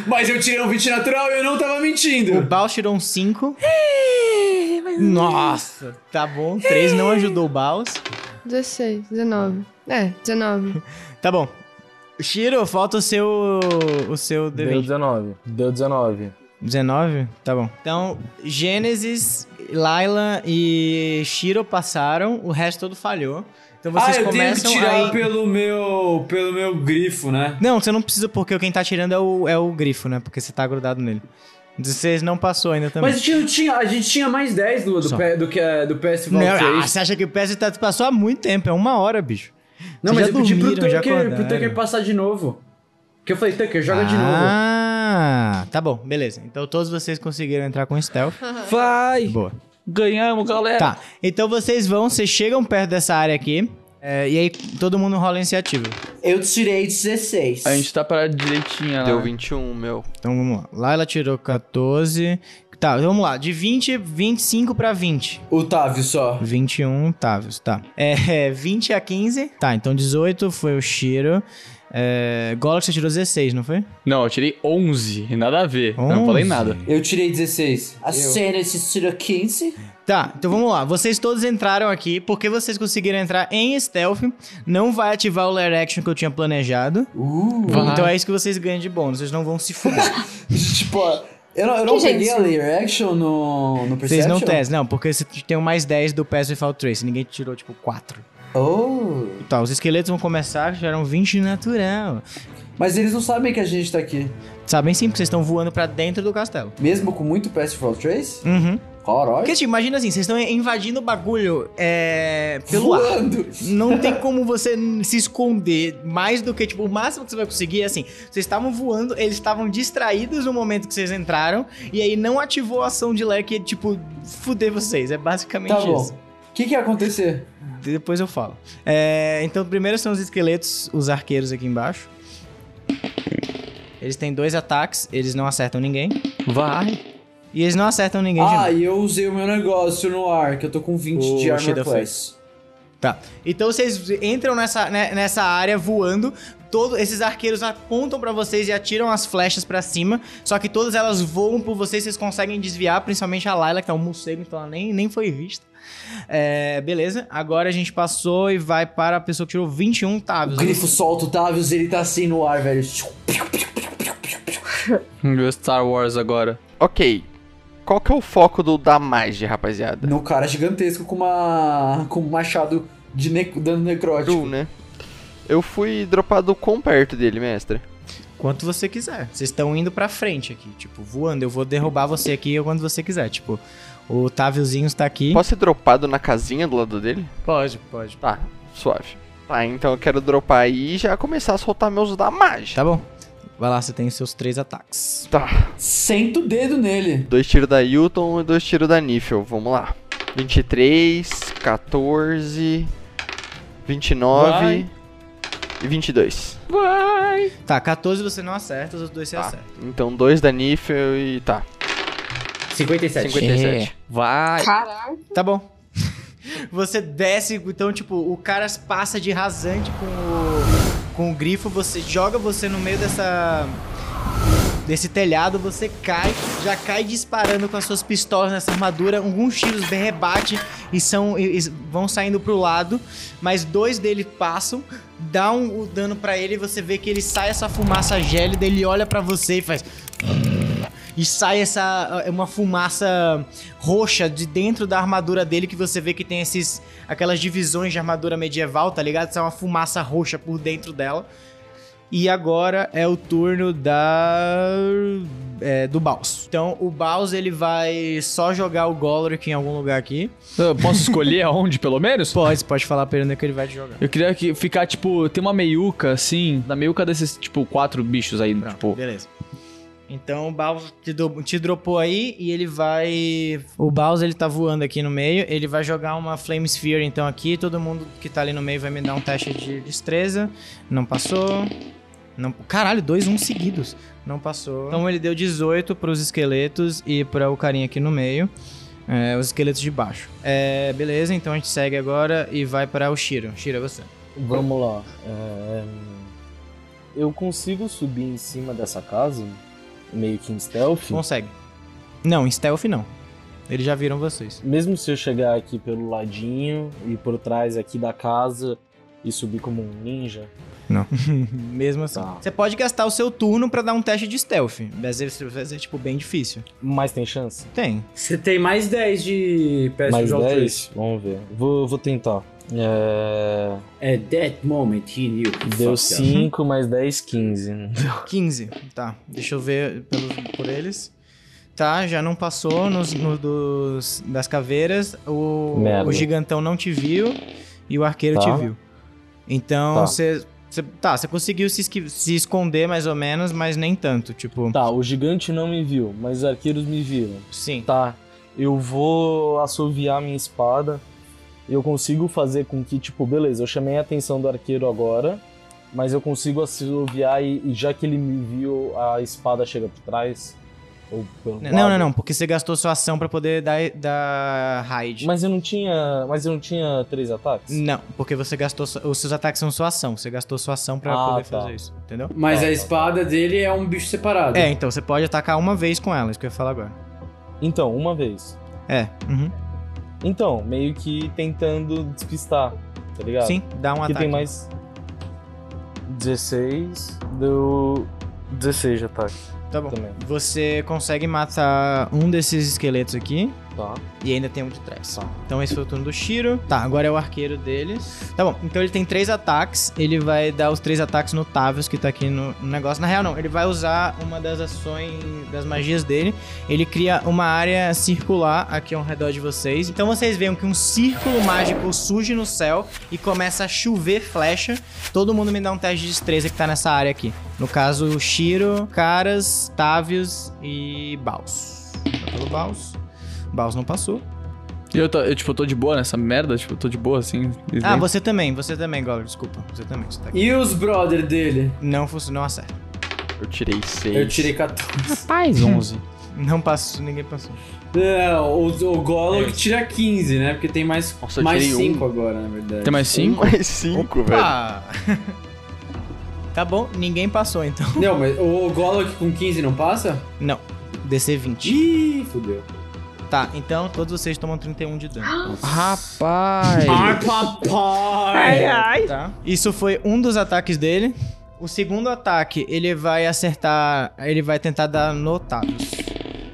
Mas eu tirei um 20 natural e eu não tava mentindo.
O Baal tirou um 5. Nossa, tá bom. 3 não ajudou o Baus.
16, 19. É, 19.
Tá bom. Shiro, falta o seu. O seu
Deu
D20.
19. Deu 19.
19? Tá bom. Então, Gênesis, Laila e Shiro passaram, o resto todo falhou. Então vocês
ah, eu tenho que
começam
tirar
a. ir-
pelo meu. pelo meu grifo, né?
Não, você não precisa, porque quem tá tirando é o, é o grifo, né? Porque você tá grudado nele. 16 não passou ainda também.
Mas a gente, não tinha, a gente tinha mais 10 Lua, do,
Só.
pé- do que a, do PS
Não,
Vault 3.
ah, você acha que o PS tá, passou há muito tempo, é uma hora, bicho.
não,
Vocês
mas eu pedi pro
dormiram, já
Tucker, pro
acordaram.
Tucker passar de novo. Que eu falei, Tucker, joga de novo.
Ah, tá bom, beleza. Então todos vocês conseguiram entrar com stealth.
Vai!
Boa.
Ganhamos, galera!
Tá, então vocês vão, vocês chegam perto dessa área aqui. é, e aí todo mundo rola a iniciativa.
Eu tirei 16.
A gente tá parado
é.
direitinho lá.
Deu 21, meu.
Então vamos lá. Lá ela tirou 14. Tá, vamos lá. De 20, 25 pra 20.
Otávio só.
21, Távios, tá. É, 20 a 15. Tá, então 18 foi o Shiro. É, Golox você tirou 16, não foi?
Não, eu tirei 11. Nada a ver. Eu Não falei
11.
nada.
Eu tirei 16. A é Senna tirou 15.
Tá, então vamos lá. Vocês todos entraram aqui. Porque vocês conseguiram entrar em stealth, não vai ativar o lair action que eu tinha planejado.
Uh.
Vai.
Então é isso que vocês ganham de bônus. Vocês não vão se fuder.
tipo, eu não, eu não
Que
peguei
gente?
a layer action no, no
vocês
Perception.
não testam, não, porque você tem um mais 10 do Pass Without Trace. Ninguém tirou, tipo, 4.
Oh.
Tá, os esqueletos vão começar, tiraram 20 de natural.
Mas eles não sabem que a gente tá aqui.
Sabem sim, porque vocês estão voando pra dentro do castelo.
Mesmo com muito Festival Trace?
Uhum.
Caralho.
Porque, tipo, imagina assim, vocês estão invadindo o bagulho é, pelo ar.
Voando.
Não tem como você se esconder mais do que, tipo, o máximo que você vai conseguir é assim. Vocês estavam voando, eles estavam distraídos no momento que vocês entraram, e aí não ativou a ação de leque, tipo, fuder vocês. É basicamente
Tá bom.
isso.
O que, que ia acontecer?
Depois eu falo. É, então, primeiro são os esqueletos, os arqueiros aqui embaixo. Eles têm dois ataques, eles não acertam ninguém.
Vai.
E eles não acertam ninguém de novo.
Ah, e eu usei o meu negócio no ar, que eu tô com 20
O
de armor
Shida
class.
Tá. Então vocês entram nessa, né, nessa área voando. Todo, esses arqueiros apontam pra vocês e atiram as flechas pra cima. Só que todas elas voam por vocês, vocês conseguem desviar, principalmente a Layla, que tá um morcego, então ela nem, nem foi vista. É, beleza, agora a gente passou e vai para a pessoa que tirou 21
O
tábuas.
grifo solta o Tavius, ele tá assim no ar, velho.
Meu Star Wars agora.
Ok. Qual que é o foco do Damage, rapaziada?
No cara gigantesco com uma. com um machado de ne dano necrótico.
Du, né? Eu fui dropado quão perto dele, mestre?
Quanto você quiser. Vocês estão indo pra frente aqui, tipo, voando. Eu vou derrubar você aqui quando você quiser. Tipo, o Táviozinho está aqui.
Posso ser dropado na casinha do lado dele?
Pode, pode.
Tá, suave. Tá, então eu quero dropar aí e já começar a soltar meus Damage.
Tá bom. Vai lá, você tem os seus três ataques.
Senta o dedo nele.
Tá, Dois tiros da Hilton e dois tiros da Nifel. Vamos lá. 23, 14, 29
Vai.
e 22.
Tá, 14 você não acerta, os outros dois você
Tá.
acerta.
Então, dois da Nifel e tá.
É.
57.
57.
Vai.
Caraca.
Tá bom. Você desce, então, tipo, o cara passa de rasante com o, com o grifo, você joga você no meio dessa. desse telhado, você cai, já cai disparando com as suas pistolas nessa armadura. Alguns tiros de rebate e são e- e vão saindo pro lado, mas dois dele passam, dá um, o dano pra ele e você vê que ele sai essa fumaça gélida, ele olha pra você e faz. E sai essa. uma fumaça roxa de dentro da armadura dele que você vê que tem esses aquelas divisões de armadura medieval, tá ligado? Sai uma fumaça roxa por dentro dela. E agora é o turno da é, do Baus. Então o Baus ele vai só jogar o Golorick em algum lugar aqui.
Eu posso escolher aonde, pelo menos?
Pode, pode falar pra ele onde é que ele vai te jogar.
Eu queria que ficar, tipo, tem uma meiuca, assim, na meiuca desses, tipo, quatro bichos aí,
Pronto,
tipo.
beleza. Então o Baus te, do- te dropou aí e ele vai. O Baus ele tá voando aqui no meio. Ele vai jogar uma Flame Sphere então aqui. Todo mundo que tá ali no meio vai me dar um teste de destreza. Não passou. Não, caralho, dois um seguidos. Não passou. Então ele deu 18 pros esqueletos e para o carinha aqui no meio. É, os esqueletos de baixo. É, beleza, então a gente segue agora e vai para o Shiro. Shiro, é você.
Vamos lá. É, Eu consigo subir em cima dessa casa? Meio que em stealth?
Consegue. Não, em stealth não. Eles já viram vocês.
Mesmo se eu chegar aqui pelo ladinho e por trás aqui da casa e subir como um ninja?
Mesmo assim.
Tá.
Você pode gastar o seu turno pra dar um teste de stealth. Mas ele vai ser, tipo, bem difícil.
Mas tem chance?
Tem.
Você tem mais 10 de PS
Mais 10? Vamos ver. Vou, vou tentar. É...
At that moment he knew.
Deu 5 mais 10, 15.
15. Tá. Deixa eu ver pelos- por eles. Tá, já não passou nos, no dos, das caveiras. O,
Merda.
o gigantão não te viu e o arqueiro
Tá.
te viu. Então
Tá.
você. você- tá, você conseguiu se, esqui- se esconder mais ou menos, mas nem tanto. Tipo,
Tá, o gigante não me viu, mas os arqueiros me viram.
sim.
Tá, eu vou assoviar minha espada. Eu consigo fazer com que, tipo, beleza, eu chamei a atenção do arqueiro agora, mas eu consigo assoviar e, e já que ele me viu, a espada chega por trás. Ou pelo
Não, não,
lado.
não, porque você gastou sua ação pra poder dar, dar raid.
Mas eu não tinha. Mas eu não tinha três ataques?
Não, porque você gastou. sua- Os seus ataques são sua ação. Você gastou sua ação pra
Ah,
poder
tá.
fazer isso, entendeu?
Mas
Tá,
a
tá,
espada dele é um bicho separado.
É, então você pode atacar uma vez com ela, é isso que eu ia falar agora.
Então, uma vez.
É, uhum.
Então, meio que tentando despistar, tá ligado?
sim, dá um
Aqui
ataque.
tem mais. 16. Deu. 16 de ataque
Tá bom.
também.
Você consegue matar um desses esqueletos aqui
Tá.
e ainda tem um de trás. Então esse foi o turno do Shiro. Tá, agora é o arqueiro deles. Tá bom, então ele tem três ataques. Ele vai dar os três ataques no Tavius, que tá aqui no, no negócio. Na real, não. Ele vai usar uma das ações, das magias dele. Ele cria uma área circular aqui ao redor de vocês. Então vocês veem que um círculo mágico surge no céu e começa a chover flecha. Todo mundo me dá um teste de destreza que tá nessa área aqui. No caso, o Shiro, Caras, Tavius e Baus. Tá pelo Baus. Baus não passou.
E eu, tô, eu, tipo, eu tô de boa nessa merda, tipo, eu tô de boa assim. eles
Ah,
nem-
você também, você também, Goblin, desculpa. Você também, você tá aqui.
E os brother dele?
Não funcionou, não acerta.
Eu tirei 6.
Eu tirei 14.
Rapaz, 11.
Não passou, ninguém passou.
Não, É, o, o Golo
É.
que tira 15, né? Porque tem mais,
Nossa, eu
mais
tirei um.
5 agora, na verdade.
Tem mais
5
5?
mais 5, velho.
Ah. tá bom, ninguém passou então.
Não, mas o Golok com 15 não passa?
Não. DC 20.
Ih, fudeu.
Tá, então todos vocês tomam 31 de dano.
Rapaz.
papai!
Tá? Isso foi um dos ataques dele. O segundo ataque, ele vai acertar. Ele vai tentar dar notados.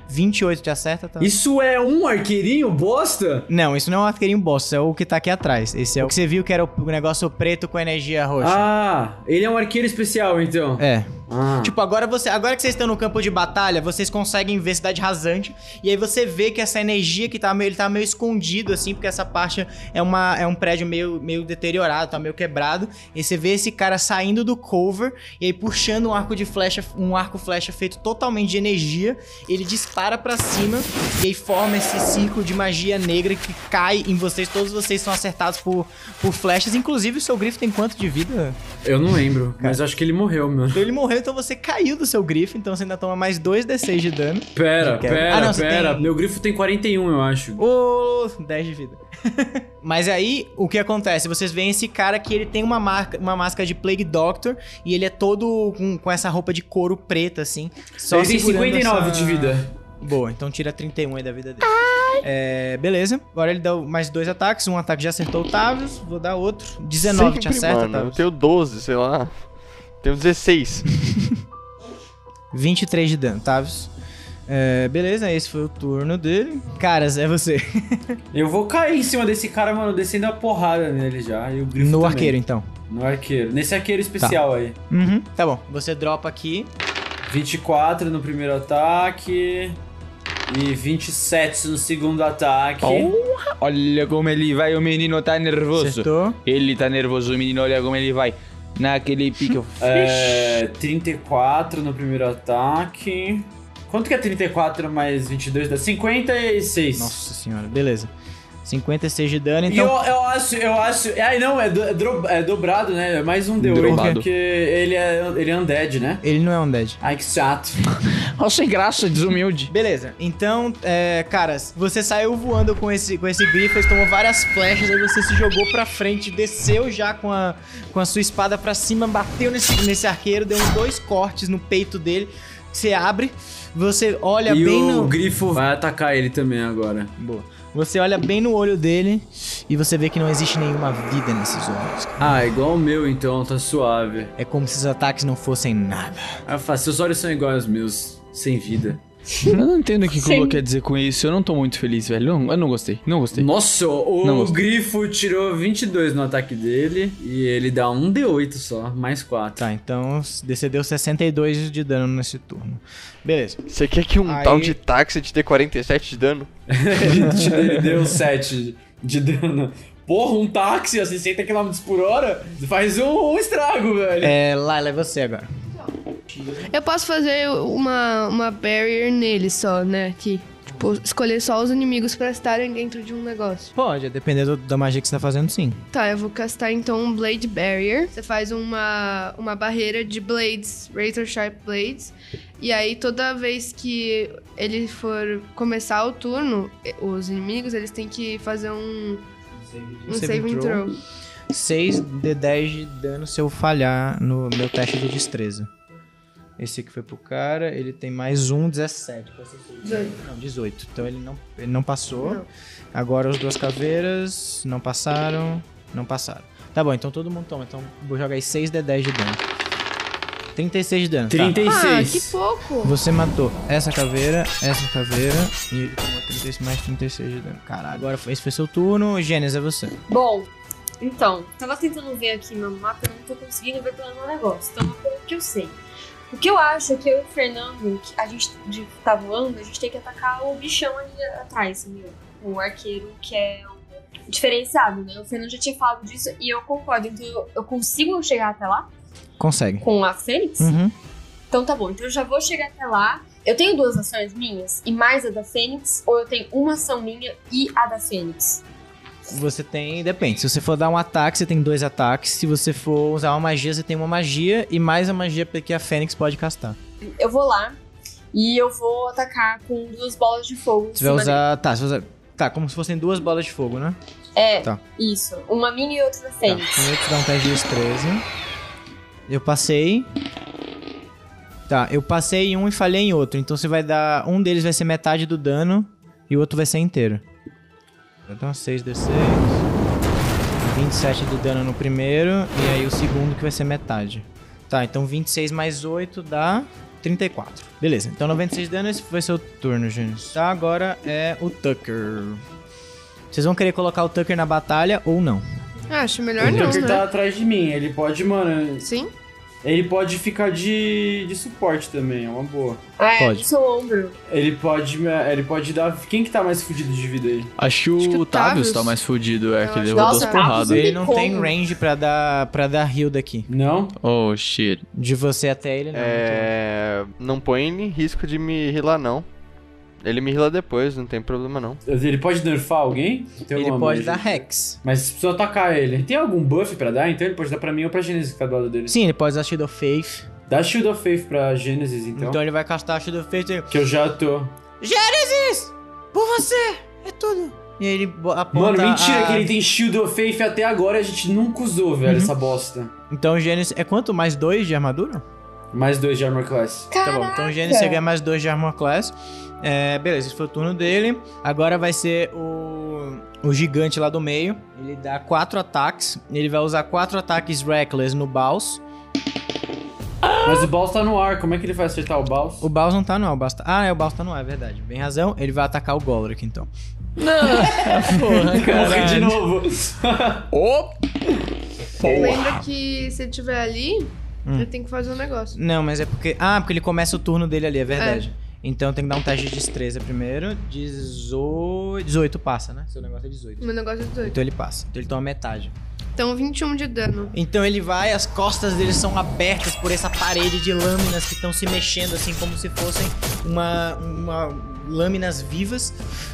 28 te acerta, tá?
Isso é um arqueirinho bosta?
Não, isso não é um arqueirinho boss, é o que tá aqui atrás. Esse é o que você viu que era o o negócio preto com energia roxa.
Ah, ele é um arqueiro especial, então.
É.
Ah.
Tipo, agora você, agora que vocês estão no campo de batalha, vocês conseguem ver cidade rasante. E aí você vê que essa energia que tá meio, ele tá meio escondido assim, porque essa parte é uma é um prédio meio meio deteriorado, tá meio quebrado. E você vê esse cara saindo do cover e aí puxando um arco de flecha, um arco flecha feito totalmente de energia. Ele dispara pra cima e aí forma esse círculo de magia negra que cai em vocês. Todos vocês são acertados por por flechas, inclusive o seu grifo tem quanto de vida?
Eu não lembro, mas acho que ele morreu, meu.
Então ele morreu, então você caiu do seu grifo, então você ainda toma mais 2d6 de dano.
Pera,
quero.
pera,
Ah, não, você
pera.
tem-
Meu grifo tem 41, eu acho.
Ô, 10 de vida. Mas aí, o que acontece? Vocês veem esse cara que ele tem uma, marca, uma máscara de Plague Doctor e ele é todo com, com essa roupa de couro preta, assim. Só
ele tem
segurando
59
essa-
de vida.
Boa, então tira 31 aí da vida dele. É, beleza. Agora ele deu mais dois ataques. Um ataque já acertou o Tavius, vou dar outro. 19 te
Sempre,
acerta,
mano. Eu
Tavius.
tenho 12, sei lá. Tenho 16.
23 de dano, Tavius. É, beleza, esse foi o turno dele. Caras, é você.
Eu vou cair em cima desse cara, mano, descendo a porrada nele já. E o grifo
no
também.
arqueiro, Tá. então.
No arqueiro. Nesse arqueiro especial aí.
Uhum. Tá bom. Você dropa aqui.
24 no primeiro ataque. E 27 no segundo ataque.
Porra. Olha como ele vai, o menino tá nervoso.
Acertou.
Ele tá nervoso, o menino, olha como ele vai. Naquele pique.
É, 34 no primeiro ataque. Quanto que é 34 mais 22? Dá 56.
Nossa senhora, beleza. 56 de dano,
E
então.
eu, eu acho, eu acho. Ai, não, é, do- é dro- é dobrado, né? É mais um D8,
Dobrado.
porque ele é, ele é undead, né?
Ele não é um dead.
Ai, que chato.
Ó, sem graça, desumilde.
Beleza. Então, é, caras, você saiu voando com esse, com esse grifo, ele tomou várias flechas, aí você se jogou pra frente, desceu já com a, com a sua espada pra cima, bateu nesse, nesse arqueiro, deu uns dois cortes no peito dele. Você abre, você olha
e
bem
o
no.
grifo vai atacar ele também agora.
Boa. Você olha bem no olho dele e você vê que não existe nenhuma vida nesses olhos. cara.
Ah, igual o meu então, tá suave.
É como se os ataques não fossem nada.
Aí eu falo, seus olhos são iguais aos meus, sem vida.
Eu não entendo o que que o
Sim.
Lu quer dizer com isso. Eu não tô muito feliz, velho. Eu não, eu não gostei. Não gostei.
Nossa,
Não
o
gostei.
grifo tirou 22 no ataque dele e ele dá um D8 só, mais 4.
Tá, então você deu 62 de dano nesse turno. Beleza.
Você quer que um
Aí-
tal de táxi te dê 47 de dano?
ele, te- ele deu 7 de dano. Porra, um táxi a 60 km por hora faz um, um estrago, velho.
É, Laila, é você agora.
Eu posso fazer uma, uma barrier nele só, né? Aqui. Tipo, escolher só os inimigos pra estarem dentro de um negócio.
Pode, é dependendo da magia que você tá fazendo, sim.
Tá, eu vou castar então um Blade Barrier. Você faz uma, uma barreira de blades, Razor Sharp Blades. E aí toda vez que ele for começar o turno, eh, os inimigos, eles têm que fazer um, um
Saving
saving
throw.
throw.
6 de 10 de dano se eu falhar no meu teste de destreza. Esse aqui foi pro cara, ele tem mais um, 17. Não, 18. Então ele não, ele não passou.
Não.
Agora os duas caveiras não passaram, não passaram. Tá bom, então todo mundo toma. Então vou jogar aí 6 de 10 de dano. 36 de dano. tá.
36.
Ah, que pouco!
Você matou essa caveira, essa caveira e ele tomou 36 mais 36 de dano. Caralho, agora foi, esse foi seu turno. Gênesis, é você.
Bom, então, tava tentando ver aqui meu mapa, não tô conseguindo ver pelo meu negócio. Então, pelo que eu sei. O que eu acho é que eu e o Fernando, que a gente de, tá voando, a gente tem que atacar o bichão ali atrás, meu. O arqueiro que é um diferenciado, né? O Fernando já tinha falado disso e eu concordo. Então, eu, eu consigo chegar até lá
Consegue.
com a Fênix?
Uhum.
Então tá bom, então eu já vou chegar até lá. Eu tenho duas ações minhas e mais a da Fênix, ou eu tenho uma ação minha e a da Fênix?
Você tem. Depende. Se você for dar um ataque, você tem dois ataques. Se você for usar uma magia, você tem uma magia e mais a magia que a Fênix pode castar.
Eu vou lá e eu vou atacar com duas bolas de fogo. em
Você vai
cima
usar. Tá, você vai usar. Tá, como se fossem duas bolas de fogo, né?
dele. É,
Tá.
isso. Uma minha e outra da
Tá,
Fênix.
primeiro tu dá um teste de destreza. Eu passei. Tá, eu passei em um e falhei em outro. Então você vai dar. Um deles vai ser metade do dano e o outro vai ser inteiro. Então 6d6. 27 do dano no primeiro. E aí o segundo que vai ser metade. Tá, então 26 mais 8 dá 34. Beleza, então 96 de dano, esse foi seu turno, gente. Tá, agora é o Tucker. Vocês vão querer colocar o Tucker na batalha ou não?
Ah, acho melhor
O
não,
Tucker tá
né?
atrás de mim, ele pode, mano.
Sim?
Ele pode ficar de, de suporte também, é uma boa.
É,
Pode.
seu ombro.
Ele pode. Ele pode dar. Quem que tá mais fudido de vida aí?
Acho que
Acho que
o
o
Tavius
Tavius
tá mais fudido,
Eu
é, que ele
acho
levou
que
duas
o
Tavius-
porradas.
Ele não
como.
tem range pra dar para dar heal daqui.
Não?
Oh, shit.
De você até ele não. Então,
É. Não põe em risco de me rilar, não. Ele me rila depois, não tem problema, não.
Ele pode nerfar alguém? Tem
então. Ele
alguma
pode
magia?
dar Rex.
Mas precisa atacar ele. Tem algum buff pra dar? Então ele pode dar pra mim ou pra Gênesis que tá do lado dele.
Sim, ele pode usar Shield of Faith.
Dá Shield of Faith pra Gênesis, então.
Então, ele vai castar Shield of Faith e...
Que eu já tô.
Gênesis! Por você! É tudo! E aí ele bo- aponta
Mano, mentira
a-
que ele tem Shield of Faith até agora e a gente nunca usou, velho, essa bosta.
Então Gênesis... É quanto? Mais dois de armadura?
Mais dois de Armor Class.
Tá bom, então o Gênesis ganha mais dois de Armor Class. É, beleza, esse foi o turno dele. Agora vai ser o, o gigante lá do meio. Ele dá quatro ataques. Ele vai usar quatro ataques Reckless no Baus.
Mas o Baus tá no ar, como é que ele vai acertar o Baus?
O Baus não tá no ar. o Baus tá- Ah, é, o Baus tá no ar, é verdade. Bem razão. Ele vai atacar o Golric, então.
Porra,
Morri de novo.
Lembra que se ele estiver ali,
Hum.
ele tem que fazer um negócio.
Não, mas é porque... Ah, porque ele começa o turno dele ali, é verdade. Então tem que dar um teste de destreza primeiro. 18... 18 passa, né? Seu negócio é 18.
Meu negócio é 18.
Então ele passa. Então ele toma metade.
Então, 21 de dano.
Então ele vai, as costas dele são abertas por essa parede de lâminas que estão se mexendo assim como se fossem uma, uma lâminas vivas.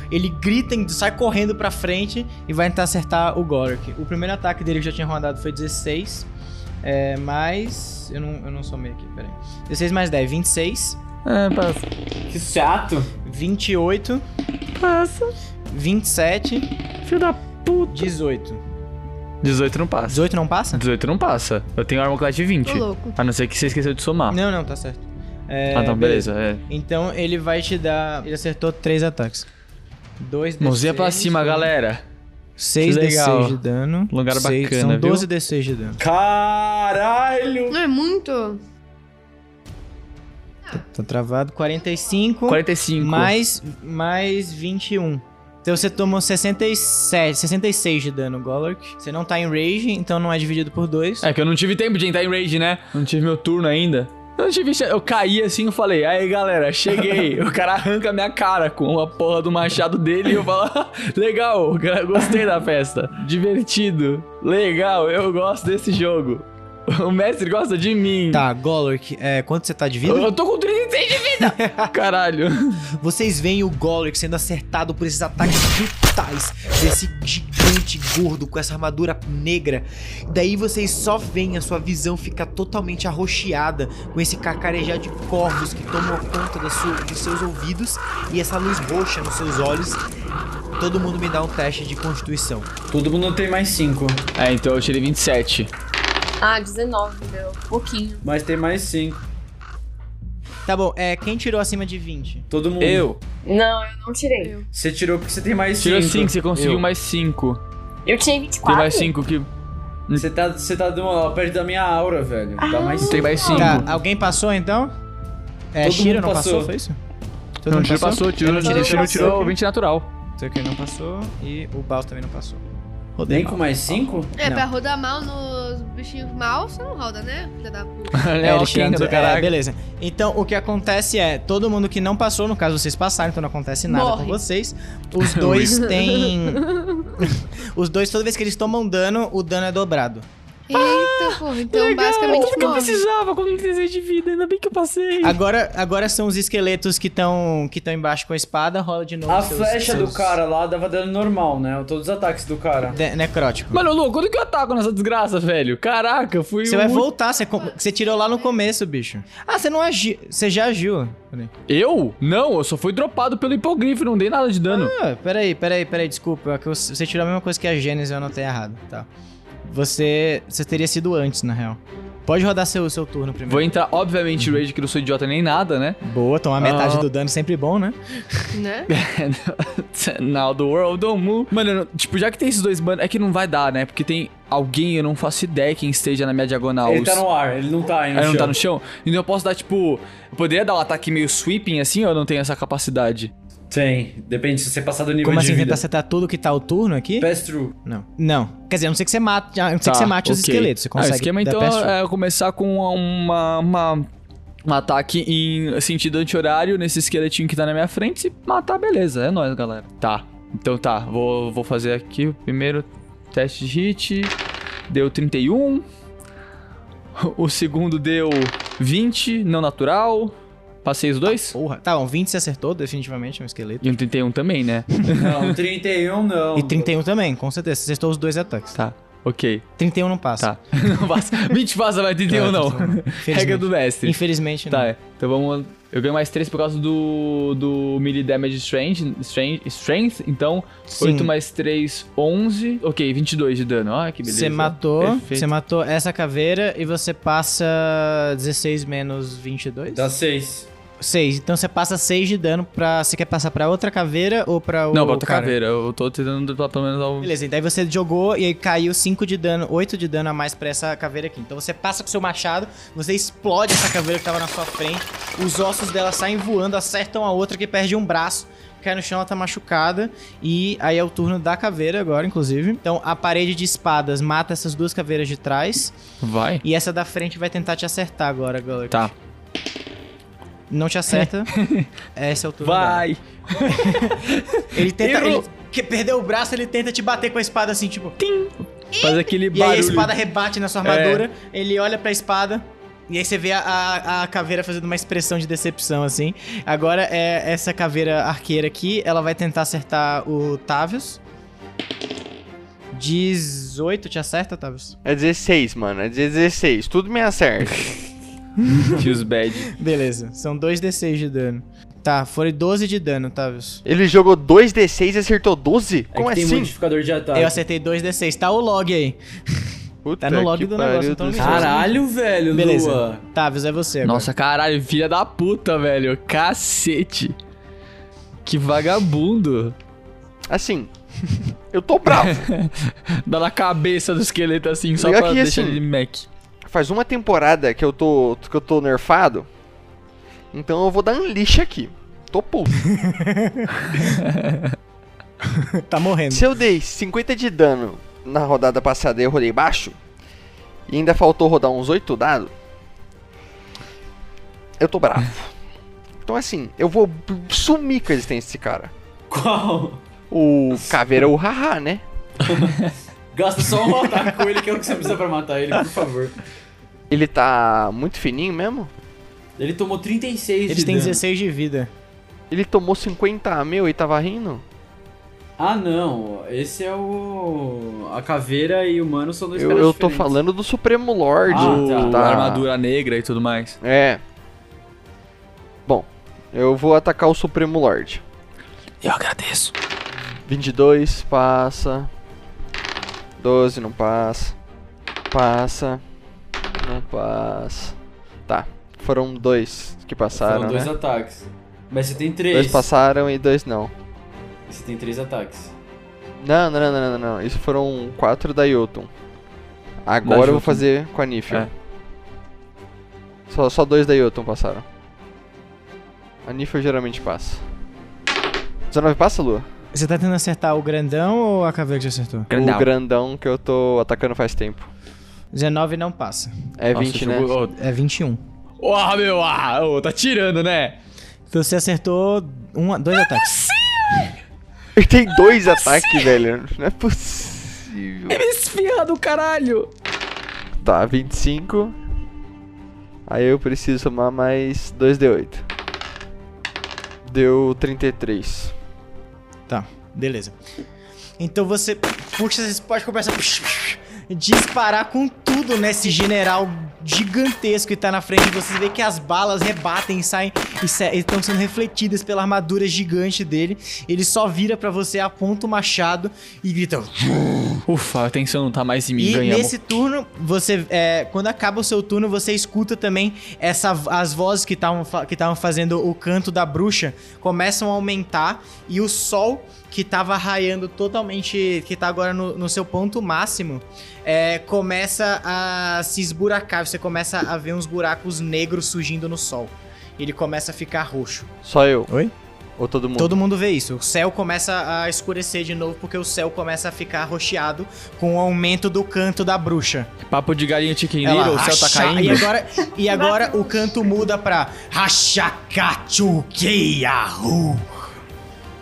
Ele grita, e sai correndo pra frente e vai tentar acertar o Gorak. O primeiro ataque dele que já tinha rodado foi 16, é, mais... Eu não, eu não somei aqui, peraí. 16 mais 10, 26,
É, passa.
Que chato.
28,
Passa.
27,
Filho da puta.
18.
18 não passa.
18 não passa?
18 não passa. Eu tenho armor class de 20.
Tô louco.
A não ser que você esqueceu de somar.
Não, não, tá certo. É,
ah, não, beleza. É.
Então ele vai te dar. Ele acertou três ataques. Dois D6.
Mãozinha pra cima, galera.
6
Que legal.
D6 de dano.
Lugar
Seis-
bacana,
São
viu?
12 D6 de dano.
Caralho!
Não é muito?
Tá travado. 45,
45.
mais mais 21. Então você tomou 67, 66 de dano, Golork. Você não tá em rage, então não é dividido por dois.
É que eu não tive tempo de entrar em raid, né? Não tive meu turno ainda. Eu não tive chance- Eu caí assim e falei, aí galera, cheguei. o cara arranca minha cara com a porra do machado dele e eu falo, "Ah, legal, cara, gostei da festa. Divertido. Legal, eu gosto desse jogo. O mestre gosta de mim.
Tá, Golork, é, quanto você tá de vida?
Eu, eu tô com 36 de vida. Caralho.
Vocês veem o Golric sendo acertado por esses ataques brutais desse gigante gordo com essa armadura negra. Daí vocês só veem a sua visão ficar totalmente arroxeada com esse cacarejar de corvos que tomam conta da sua- dos seus ouvidos e essa luz roxa nos seus olhos. Todo mundo me dá um teste de constituição.
Todo mundo tem mais 5.
É, então eu tirei 27.
Ah, 19, meu. Pouquinho.
Mas tem mais 5.
Tá bom, é, quem tirou acima de 20?
Todo mundo.
Eu.
Não, eu não tirei.
Eu.
Você tirou porque você tem mais 5.
Tirou 5, você conseguiu
Eu.
mais 5.
Eu tirei
Tem
24.
mais 5 que.
Você tá, você tá dando, ó, perto da minha aura, velho. Dá mais 5.
Tem mais 5.
Tá, alguém passou então? É,
Todo
Shiro
mundo
não passou.
passou,
foi isso? Todo
Não,
mundo
tiro passou,
Eu
tiro,
não tirei,
tiro, tiro
passou.
tirou 20 natural.
Tucker não passou e o Baus também não passou.
Nem com mais 5?
É,
Não.
pra rodar mal nos bichinhos mal, você não roda, né? Filha da puta.
Ele
É,
o
ele
King
tirando,
do
é,
caralho.
beleza. Então, o que acontece é, todo mundo que não passou, no caso vocês passaram, então não acontece nada
Morre.
com vocês. Os dois têm... Os dois, toda vez que eles tomam dano, o dano é dobrado.
Eita, porra. Então,
Legal,
basicamente,
Tudo que eu
morre.
precisava com 16 de vida, ainda bem que eu passei.
Agora, agora são os esqueletos que estão que tão embaixo com a espada, rola de novo.
é
A
seus-
flecha do
seus-
cara lá dava dano normal, né? Todos os ataques do cara.
De- necrótico.
Mano, Lu, quando que eu ataco nessa desgraça, velho? Caraca, eu fui um
Você vai
muito-
voltar, você, com- você tirou lá no começo, bicho. Ah, você não agiu. Você já agiu. Peraí.
Eu? Não, eu só fui dropado pelo hipogrifo, não dei nada de dano.
Ah, peraí, peraí, peraí, desculpa. é que eu- Você tirou a mesma coisa que a Gênesis, eu anotei errado. Tá. Você. Você teria sido antes, na real. Pode rodar seu, seu turno
Vou
primeiro.
entrar, obviamente, Rage, que não sou idiota nem nada, né?
Boa, tomar metade
Ah.
do dano sempre bom, né?
Né?
Now the world don't move. Mano, eu não- tipo, já que tem esses dois manos, é que não vai dar, né? Porque tem alguém, eu não faço ideia quem esteja na minha diagonal.
Ele
Os-
tá no ar, ele não tá aí no
Ah, não tá
chão.
no chão? Então eu posso dar, tipo. Eu poderia dar um ataque meio sweeping assim ou eu não tenho essa capacidade?
Tem, depende se você passar do nível
Como
de
assim
vida.
tentar acertar tudo que tá o turno aqui?
Pass through.
Não. Não. Quer dizer, a não ser que você mate, a não ser
Tá,
que você mate os
ok.
esqueletos. Você consegue.
Ah, o esquema
dar
então
pass through.
é eu começar com uma, uma- um ataque em sentido anti-horário nesse esqueletinho que tá na minha frente e matar, beleza. É nóis, galera. Tá. Então tá, vou, vou fazer aqui o primeiro teste de hit. Deu 31. O segundo deu 20, não natural. Passei os dois.
Porra. Tá bom, 20 você acertou, definitivamente, é um esqueleto.
E um 31 também, né?
Não, 31 não.
E 31 também, com certeza. Você acertou os dois ataques.
Tá, ok.
31 não passa.
Tá. Não passa. 20 passa, vai
É,
31 não.
um,
Regra do mestre.
Infelizmente não.
Tá, é. então vamos. Eu ganho mais 3 por causa do. do melee damage strength, strength, strength. Então,
Sim.
8 mais 3, 11. Ok, 22 de dano. Ah, que beleza.
Você matou,
Perfeito.
você matou essa caveira e você passa 16 menos 22?
Dá 6.
6. Então você passa 6 de dano pra. Você quer passar pra outra caveira ou pra o.
Não, bota
cara?
caveira. Eu tô tentando dar pelo menos ao.
Beleza, e daí você jogou e aí caiu 5 de dano, 8 de dano a mais pra essa caveira aqui. Então você passa com seu machado, você explode essa caveira que tava na sua frente, os ossos dela saem voando, acertam a outra que perde um braço, cai no chão, ela tá machucada. E aí é o turno da caveira agora, inclusive. Então a parede de espadas mata essas duas caveiras de trás.
Vai.
E essa da frente vai tentar te acertar agora, galera.
Tá.
Não te acerta. Esse é o turno dela.
Vai.
Ele tenta.
Errou.
Ele, que perdeu o braço, ele tenta te bater com a espada assim, tipo.
Faz aquele
E aí a
barulho. É.
espada rebate na sua armadura, ele olha pra espada, e aí você vê a, a, a caveira fazendo uma expressão de decepção, assim. Agora é essa caveira arqueira aqui, ela vai tentar acertar o Tavius. 18 te acerta, Tavius?
É 16, mano. É 16. Tudo me acerta.
Feels bad.
Beleza, são 2d6 de dano. Tá, foi 12 de dano, Tavius.
Ele jogou 2d6 e acertou 12?
É que
Como
tem
assim?
modificador de ataque.
Eu acertei 2d6, tá o log aí.
Puta
Tá no log
que
do negócio,
pariu
então
do
me
céu.
ajuda.
Caralho, velho,
Beleza.
Lua.
Tavius, é você agora.
Nossa, caralho, filha da puta, velho. Cacete. Que vagabundo.
Assim, eu tô bravo.
Dá na cabeça do esqueleto assim, só
Legal
pra
que,
deixar
assim,
ele mec.
Faz uma temporada que eu tô que eu tô nerfado. Então eu vou dar um lixo aqui. Tô puto.
tá morrendo.
Se eu dei 50 de dano na rodada passada e eu rodei baixo, e ainda faltou rodar uns 8 dados, eu tô bravo. Então assim, eu vou b- sumir com a existência desse cara.
Qual?
O caveira é o haha, né?
Gasta só um ataque com ele, que é o que você precisa pra matar ele, por favor.
Ele tá muito fininho mesmo.
Ele tomou 36
Eles
de
têm
dano.
16 de vida.
Ele tomou 50 mil e tava rindo.
Ah, não. Esse é o... A caveira e o humano são dois
Eu,
caras
eu tô
diferentes.
falando do Supremo Lord.
Ah, tá.
Do- da armadura negra e tudo mais.
É. Bom, eu vou atacar o Supremo Lord.
Eu agradeço.
22, passa. 12, não passa. Passa. Não passa. Tá. Foram dois que passaram,
São dois
né?
ataques. Mas você tem
Dois
três.
passaram e dois não.
Você tem três ataques.
Não, não, não, não, não, não. Isso foram quatro da Jotun. Agora eu
Jotun.
vou fazer com a Nifio.
É.
Só, só dois da Jotun passaram. A Nifio geralmente passa. 19 passa, Lua?
Você tá tentando acertar o grandão ou a caveira que você acertou?
O grandão que eu tô atacando faz tempo.
19 não passa.
É 20, né?
É 21.
Oh, meu, ah, ô, tá tirando, né?
Então você acertou um, dois ataques.
Ele tem dois ataques, velho. Não é possível.
Esfirra do caralho.
Tá, 25. Aí eu preciso somar mais 2d8. Deu 33.
Beleza. Então você puxa, você pode começar a disparar com tudo nesse general gigantesco que tá na frente. Você vê que as balas rebatem e saem e se- e estão sendo refletidas pela armadura gigante dele. Ele só vira pra você, aponta o machado e grita.
Ufa, a tensão não tá mais em mim,
E
ganhamos.
nesse turno, você. é, quando acaba o seu turno, você escuta também essa, as vozes que estavam fa- que estavam fazendo o canto da bruxa começam a aumentar e o sol que tava raiando totalmente. que tá agora no, no seu ponto máximo. é, começa a se esburacar. Você começa a ver uns buracos negros surgindo no sol. Ele começa a ficar roxo.
Só eu.
Oi?
Ou todo mundo?
Todo mundo vê isso. O céu começa a escurecer de novo porque o céu começa a ficar roxeado com o aumento do canto da bruxa.
Papo de galinha chicken
Ela
little, o céu tá
racha- É E
caindo.
agora, e agora o canto muda pra Rachacachuqueiahu.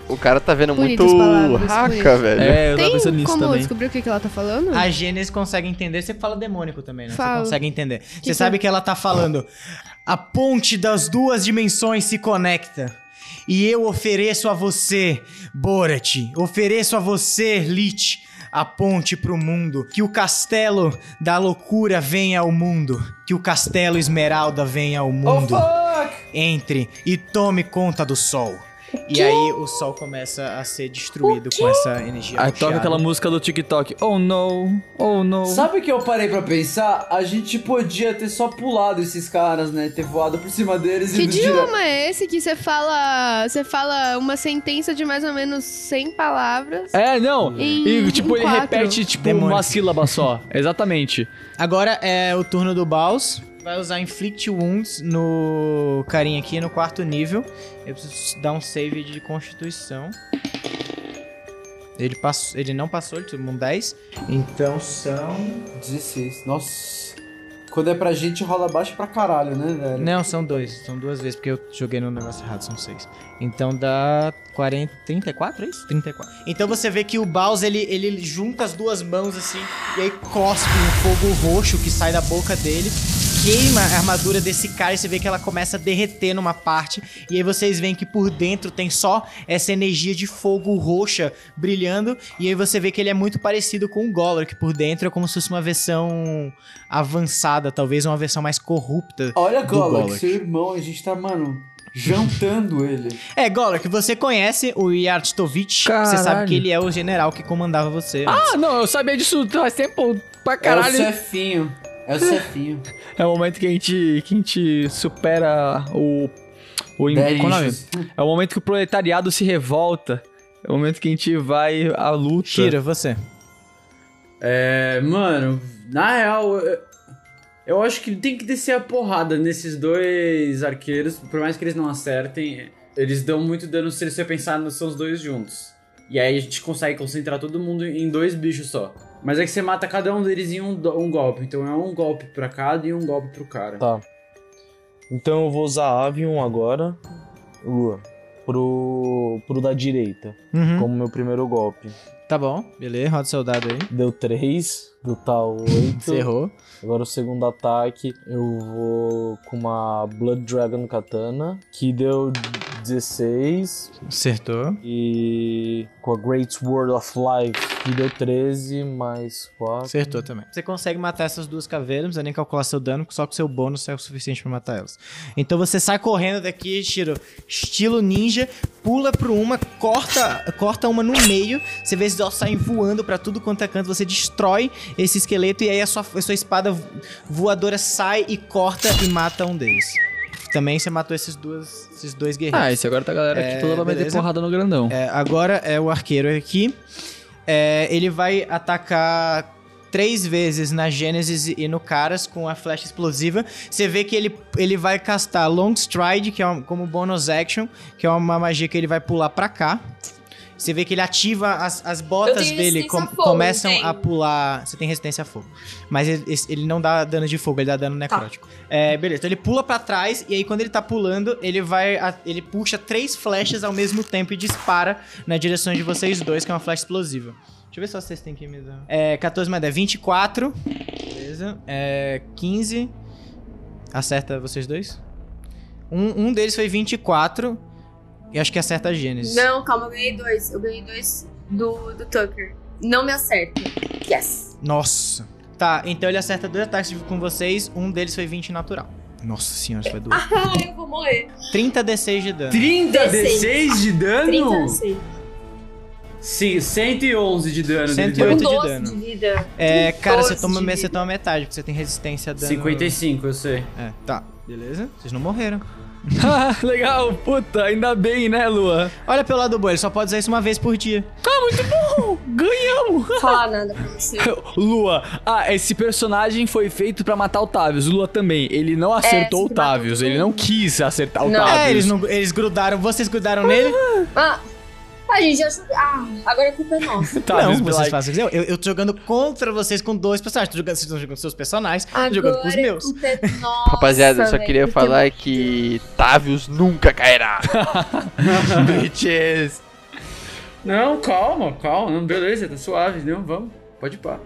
O cara tá vendo
Bonitas
muito
palavras,
raca,
bonitas.
velho.
É, eu tava pensando
Tem
nisso
como
também.
descobrir o que, que ela tá falando?
A Gênesis consegue entender. Você fala demônico também, né?
Falo.
Você consegue entender. você
que-
sabe que ela tá falando. A ponte das duas dimensões se conecta. E eu ofereço a você, Borat, ofereço a você, Lich, a ponte pro mundo. Que o castelo da loucura venha ao mundo. Que o castelo esmeralda venha ao
Oh,
mundo. Entre e tome conta do sol. E aí o sol começa a ser destruído com essa energia.
Aí Ah, toca
rocheada.
aquela música do TikTok. Oh no, oh no.
Sabe o que eu parei pra pensar? A gente podia ter só pulado esses caras, né? Ter voado por cima deles
Que
e ido direto.
idioma é esse que você fala, você fala uma sentença de mais ou menos 100 palavras?
É, não.
Em-
E tipo,
em
ele
quatro.
repete tipo
Demônio.
uma sílaba só. Exatamente.
Agora é o turno do Baus. Vai usar Inflict Wounds no carinha aqui, no quarto nível. Eu preciso dar um save de constituição. Ele, passou, ele não passou, ele tomou um 10. Então são...
16. Nossa. Quando é pra gente, rola baixo pra caralho, né, velho?
Não, são dois. São duas vezes, porque eu joguei no negócio errado, são seis. Então dá 40, 34, é isso? 34. Então você vê que o Baus, ele, ele junta as duas mãos assim, e aí cospe um fogo roxo que sai da boca dele, queima a armadura desse cara, e você vê que ela começa a derreter numa parte, e aí vocês veem que por dentro tem só essa energia de fogo roxa brilhando, e aí você vê que ele é muito parecido com o Golor, que por dentro é como se fosse uma versão avançada, talvez uma versão mais corrupta
Olha,
Do
Golok,
Golok.
seu irmão, a gente tá, mano, jantando ele.
É, Golor, que você conhece o Yartovich. Você
Caralho.
sabe que ele é o general que comandava você.
Ah, não, eu sabia disso faz tempo pra
É o
caralho.
Cefinho. É o Cefinho.
É o momento que a gente, que a gente supera o. o im-
Daddy
qual o nome?
issues.
É o momento que o proletariado se revolta. É o momento que a gente vai à luta.
Shira, você.
É, mano, na real, eu- eu acho que tem que descer a porrada nesses dois arqueiros, por mais que eles não acertem, eles dão muito dano se você pensar nos seus dois juntos. E aí a gente consegue concentrar todo mundo em dois bichos só. Mas é que você mata cada um deles em um, do- um golpe, então é um golpe pra cada e um golpe pro cara.
Tá. Então eu vou usar a Avion agora, Lua, pro, pro da direita,
Uhum.
como meu primeiro golpe.
Tá bom. Beleza, roda seu dado aí.
Deu 3, do tal 8.
Cerrou.
Agora o segundo ataque, eu vou com uma Blood Dragon Katana, que deu 16.
Acertou.
E com a Great Sword of Life, que deu 13, mais 4.
Acertou também. Você consegue matar essas duas caveiras, não precisa nem calcular seu dano, só que seu bônus é o suficiente pra matar elas. Então você sai correndo daqui, Shiro, estilo ninja, pula pro uma, corta, corta uma no meio, você vê esses ossos saem voando pra tudo quanto é canto, você destrói esse esqueleto e aí a sua, a sua espada voadora sai e corta e mata um deles. Também você matou esses, duas, esses dois guerreiros.
Ah, esse agora tá a galera aqui
É,
toda vai meter
beleza.
porrada no grandão.
É, agora é o arqueiro aqui. É, ele vai atacar três vezes na Gênesis e no Caras com a flecha explosiva. Você vê que ele, ele vai castar Long Stride, que é um- como bonus action, que é uma magia que ele vai pular pra cá. Você vê que ele ativa as, as botas
tenho
dele,
resistência
com-
a fogo,
começam
não tenho?
a pular. Você tem resistência a fogo. Mas ele, esse- ele não dá dano de fogo, ele dá dano necrótico.
Tá.
É, beleza. Então ele pula pra trás e aí quando ele tá pulando, ele vai. a- ele puxa três flechas ao mesmo tempo e dispara na direção de vocês dois, que é uma flecha explosiva. Deixa eu ver se vocês têm que me dar. É, 14 mais 10, 24. Beleza. Beleza. É, 15. Acerta vocês dois? Um, um deles foi 24. E acho que acerta a Gênesis.
Não, calma, eu ganhei dois. Eu ganhei dois do, do Tucker. Não me acerta. Yes.
Nossa. Tá, então ele acerta dois ataques com vocês. Um deles foi 20 natural. Nossa senhora, isso vai doer.
Ah, eu vou morrer.
30 D6 de dano.
30
16.
D6 de
Ah,
30
dano?
anos sei.
Sim, 111 de dano. dele deu.
108
Com
de
12
dano.
de vida.
É, cara, você
12
toma,
de
você
vida.
toma metade, porque você tem resistência a dano.
55, eu sei.
É, tá. Beleza? Vocês não morreram.
Ah,
É.
legal, puta, ainda bem, né, Lua?
Olha pelo lado bom, ele só pode usar isso uma vez por dia.
Ganhamos!
Não vou falar nada pra você.
Lua, ah, esse personagem foi feito pra matar o Tavius. Lua também. Ele não acertou
É, se
o Tavius,
matou.
ele não quis acertar o
Não.
Tavius.
É, eles, não, eles grudaram, vocês grudaram nele?
Ah, a gente já. Ah, agora a culpa é nossa.
Tavius,
não, vocês
Black.
fazem o Tá, que quiser. Eu, eu tô jogando contra vocês com dois personagens. Tô jogando, vocês estão jogando com seus personagens, tô
Agora
jogando com os
a
meus.
culpa é nossa.
Rapaziada, eu só
velho,
queria
porque-
falar que Tavius nunca cairá. Bitches.
Não, calma, calma. Não, beleza, tá suave. Não, vamos. Pode ir pá.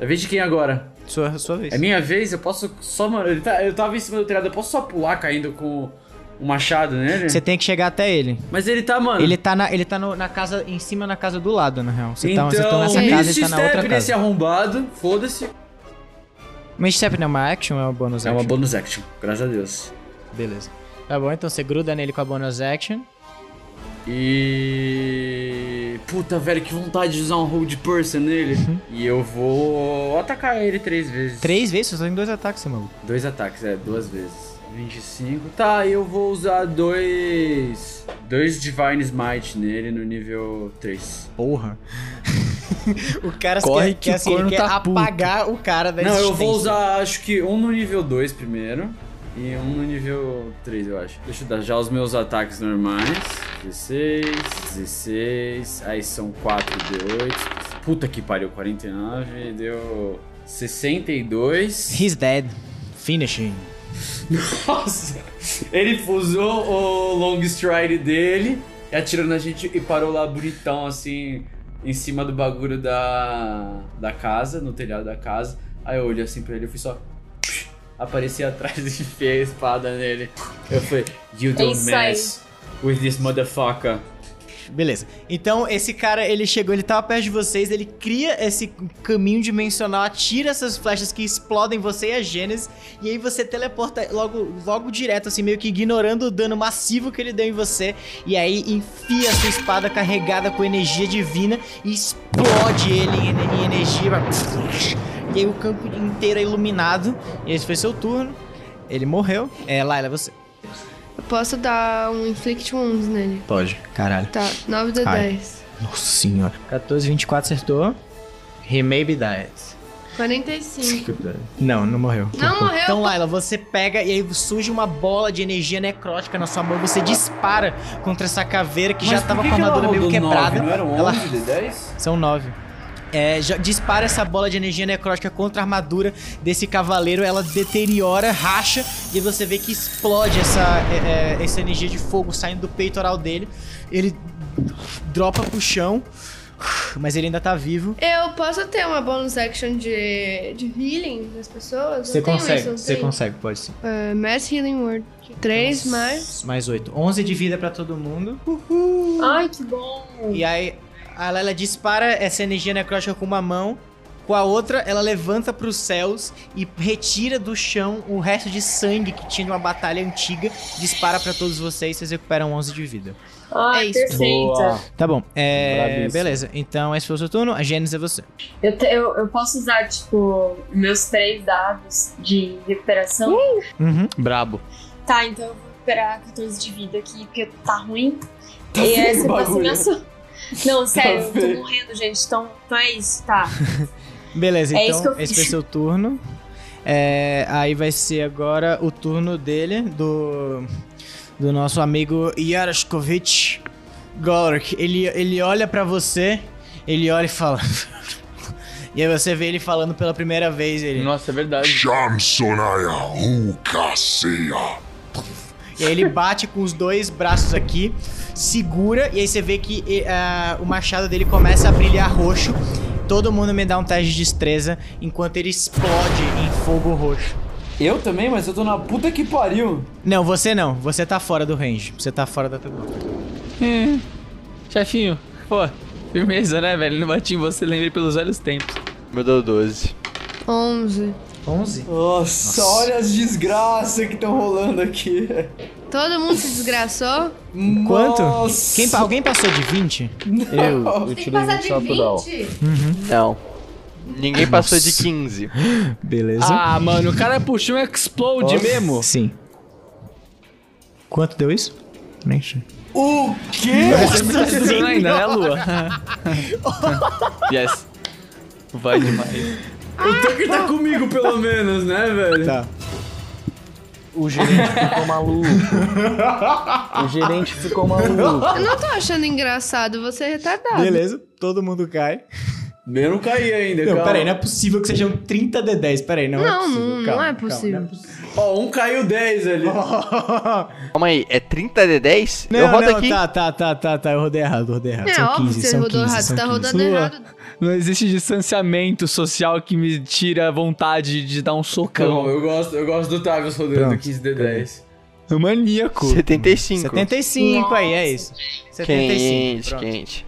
É vez de quem agora?
Sua, sua vez.
É minha vez, eu posso só. Mano, ele tá- eu tava em cima do telhado, eu posso só pular caindo com o machado nele?
Você tem que chegar até ele.
Mas ele tá, mano.
Ele tá, na, ele tá no- na casa, em cima na casa do lado, na real. Você tá,
então,
vocês tão nessa casa, ele
Misty
tá na outra
Step nesse
casa.
arrombado, foda-se.
Mas Step não é uma action ou é uma bonus
É
action?
uma bonus action, graças a Deus.
Beleza. Tá bom, então você gruda nele com a bonus action.
E. Puta, velho, que vontade de usar um hold person nele. E eu vou atacar ele três vezes.
Uhum. Três vezes? Você só tem dois ataques, seu maluco.
Dois ataques, é, duas vezes. 25. Tá, eu vou usar dois. Dois Divine Smite nele no nível 3.
Porra. o cara
Corre
quer,
que
quer, assim,
o corno
ele quer
tá puto.
apagar o cara da
Não, eu
existência.
vou usar acho que um no nível 2 primeiro. E um no nível 3, eu acho. Deixa eu dar já os meus ataques normais. 16, 16. Aí são 4 D8. Puta que pariu, 49. Deu 62.
He's dead. Finishing.
Nossa! Ele usou o long stride dele, atirou na gente e parou lá bonitão, assim, em cima do bagulho da, da casa, no telhado da casa. Aí eu olhei assim pra ele e fui só. Apareci atrás e enfiei a espada nele. Eu falei, You
É
don't
isso aí.
mess with this motherfucker.
Beleza. Então, esse cara, ele chegou, ele tava perto de vocês, ele cria esse caminho dimensional, atira essas flechas que explodem você e a Gênesis, e aí você teleporta logo, logo direto, assim, meio que ignorando o dano massivo que ele deu em você, e aí enfia a sua espada carregada com energia divina e explode ele em, ener- em energia. vai- E aí o campo inteiro é iluminado, e esse foi seu turno. Ele morreu. É, Laila, é você.
Eu posso dar um Inflict Wounds nele.
Pode. Caralho.
Tá, 9 de
Ai.
10.
Nossa senhora. 14, 24 acertou. He maybe died.
45.
Não, não morreu.
Não morreu?
Então, Laila, você pega e aí surge uma bola de energia necrótica na sua mão. Você dispara contra essa caveira que já
Mas por
tava
que
com a
que ela
armadura meio
rodou nove?
quebrada. né?
Não era um
Ela-
11 de 10?
São nove. É, já- dispara essa bola de energia necrótica contra a armadura desse cavaleiro. Ela deteriora, racha, e você vê que explode essa, é, é, essa energia de fogo saindo do peitoral dele. Ele dropa pro chão, mas ele ainda tá vivo.
Eu posso ter uma bonus action de, de healing das pessoas? Eu tenho isso, eu tenho.
consegue, pode sim. Então,
É, Mass Healing Word. 3 mais.
Mais 8. 11 de vida pra todo mundo.
Ai, que bom.
E aí a Lela dispara essa energia necrótica com uma mão. Com a outra, ela levanta para os céus e retira do chão o resto de sangue que tinha de uma batalha antiga. Dispara pra todos vocês, vocês recuperam 11 de vida.
Ai,
É isso.
perfeita.
Boa.
Tá bom, é.
Bravíssimo.
Beleza, então esse foi o seu turno. A Gênesis é você.
Eu, te- eu, eu posso usar, tipo, meus três dados de recuperação.
Hum?
Uhum.
Brabo.
Tá, então eu vou recuperar 14 de vida aqui, porque tá ruim. e essa foi assim,
bagulho.
minha so- Não, sério, eu
feio.
tô morrendo, gente. Então, então é isso, tá.
Beleza,
É isso que
então
eu
esse
fiz.
foi seu turno. É, aí vai ser agora o turno dele, do, do nosso amigo Yaroskovich Golork. Ele, ele olha pra você, ele olha e fala. e aí você vê ele falando pela primeira vez. Ele,
Nossa, é verdade.
Shamsonaya Rukaseya.
E aí ele bate com os dois braços aqui, segura, e aí você vê que e, ah, o machado dele começa a brilhar roxo. Todo mundo me dá um teste de destreza enquanto ele explode em
fogo roxo.
Eu também, mas eu tô na puta que pariu.
Não, você não. Você tá fora do range. Você tá fora da tabela.
É. Chefinho, pô, firmeza, né, velho? Não bati em você, lembrei pelos velhos tempos.
Meu deu 12.
11.
11?
Nossa, olha as desgraças que estão rolando aqui.
Todo mundo se desgraçou?
Quanto?
Nossa.
Quem, pa- alguém passou de 20?
Eu, eu
Tem que
tirei
passar
20
de
natural.
20?
Não. Ninguém passou de 15.
Beleza.
Ah, mano, o cara puxou um explode mesmo.
Sim. Quanto deu isso? Nem sei.
O quê?
Você não tá estudando ainda, né, Lua? yes. Vai demais.
O Tucker tá comigo, pelo menos, né, velho?
Tá.
O gerente ficou maluco. O gerente ficou maluco.
Eu não tô achando engraçado, você é retardado.
Beleza, todo mundo cai.
Eu não caí ainda,
Não,
calma.
peraí, não é possível que sejam 30 de 10. Peraí, não, é
Não,
possível.
não-
Calma,
não é
calma, não é possível.
Ó, um caiu 10 ali.
Calma aí, é 30 de 10?
Não,
eu rodo
não,
aqui.
tá, tá, tá, tá, tá, eu rodei errado, rodei errado.
É
são
óbvio
15,
que você
são
rodou
15,
errado, você
são
tá
15.
rodando
Lua.
errado.
Não existe distanciamento social que me tira a vontade de dar um
Tá bom,
socão.
eu gosto, eu gosto do Tavius rodando
Pronto.
15 de 10.
É maníaco.
75.
75 aí, é isso. 75.
Quente,
pronto.
quente.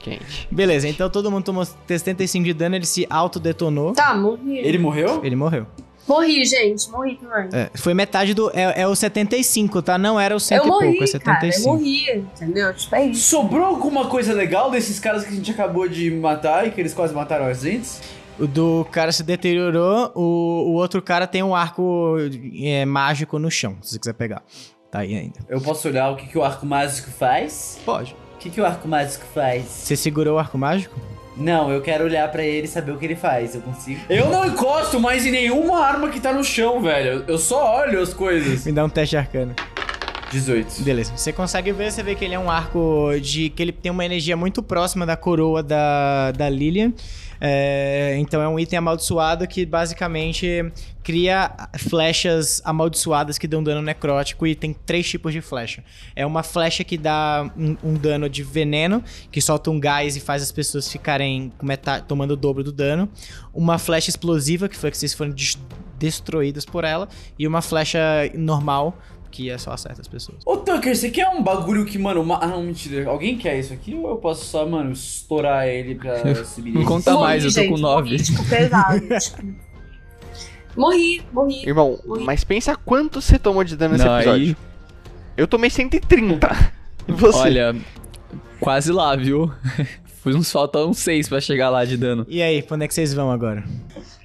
Quente.
Beleza, então todo mundo tomou 75 de dano, ele se autodetonou.
Tá, morri.
Ele morreu?
Ele morreu.
Morri, gente. Morri também.
É, foi metade do. É, é o 75, tá? Não era o 100
eu
e
morri,
pouco, é
cara. Eu
75.
morri, entendeu? Tipo, é isso.
Sobrou alguma coisa legal desses caras que a gente acabou de matar e que eles quase mataram a gente?
O do cara se deteriorou, o, o outro cara tem um arco é, mágico no chão, se você quiser pegar. Tá aí ainda.
Eu posso olhar o que, que o arco mágico faz?
Pode.
O que, que o arco mágico faz?
Você segurou o arco mágico?
Não, eu quero olhar pra ele e saber o que ele faz. Eu consigo. Eu não encosto mais em nenhuma arma que tá no chão, velho. Eu só olho as coisas.
Me dá um teste arcano.
18.
Beleza. Você consegue ver, você vê que ele é um arco de. que ele tem uma energia muito próxima da coroa da, da Lilian. É, então é um item amaldiçoado que basicamente cria flechas amaldiçoadas que dão dano necrótico e tem três tipos de flecha. É uma flecha que dá um, um dano de veneno, que solta um gás e faz as pessoas ficarem com metade, tomando o dobro do dano. Uma flecha explosiva, que foi que vocês foram des- destruídas por ela. E uma flecha normal, que é só acerta as pessoas.
Ô Tucker, você quer um bagulho que, mano. Uma... Ah, não, mentira. Alguém quer isso aqui ou eu posso só, mano, estourar ele pra subir?
Não conta mais, eu tô com 9.
Morri, tipo, pesado. tipo... Morri, morri.
Irmão, mas pensa quanto você tomou de dano nesse
Não,
episódio.
aí,
Eu tomei 130. E
assim.
Você.
olha, quase lá, viu? Foi uns faltam uns 6 pra chegar lá de dano.
E aí, pra onde é que vocês vão agora?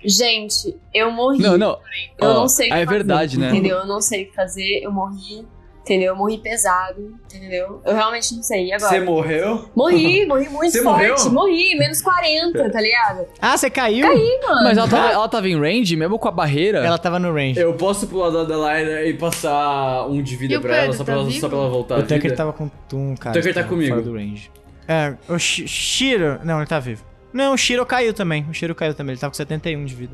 Gente, eu morri.
Não, não.
Eu
ó,
não sei o
ah,
que
É verdade, né?
Entendeu? Eu não sei o que fazer, eu morri. Entendeu? Eu morri pesado, entendeu? Eu realmente não sei. E
Você
agora?
morreu?
Morri, morri muito
Você
forte.
morreu?
Morri, menos 40, tá ligado?
Ah, você caiu?
Ih, mano.
Mas ela
Ah.
tava, ela tava em range, mesmo com a barreira.
Ela tava no range.
Eu posso pular da Adelaide e passar um de vida
E o
pra ela
Pedro,
só,
tá
pra ela
vivo?
só pra ela voltar. à
o Tucker
vida?
tava com um cara.
O Tucker tá
que
comigo.
Fora do range. É, o Shi- Shiro. Não, ele tá vivo. Não, o Shiro caiu também. O Shiro caiu também. Ele tava com 71 de vida.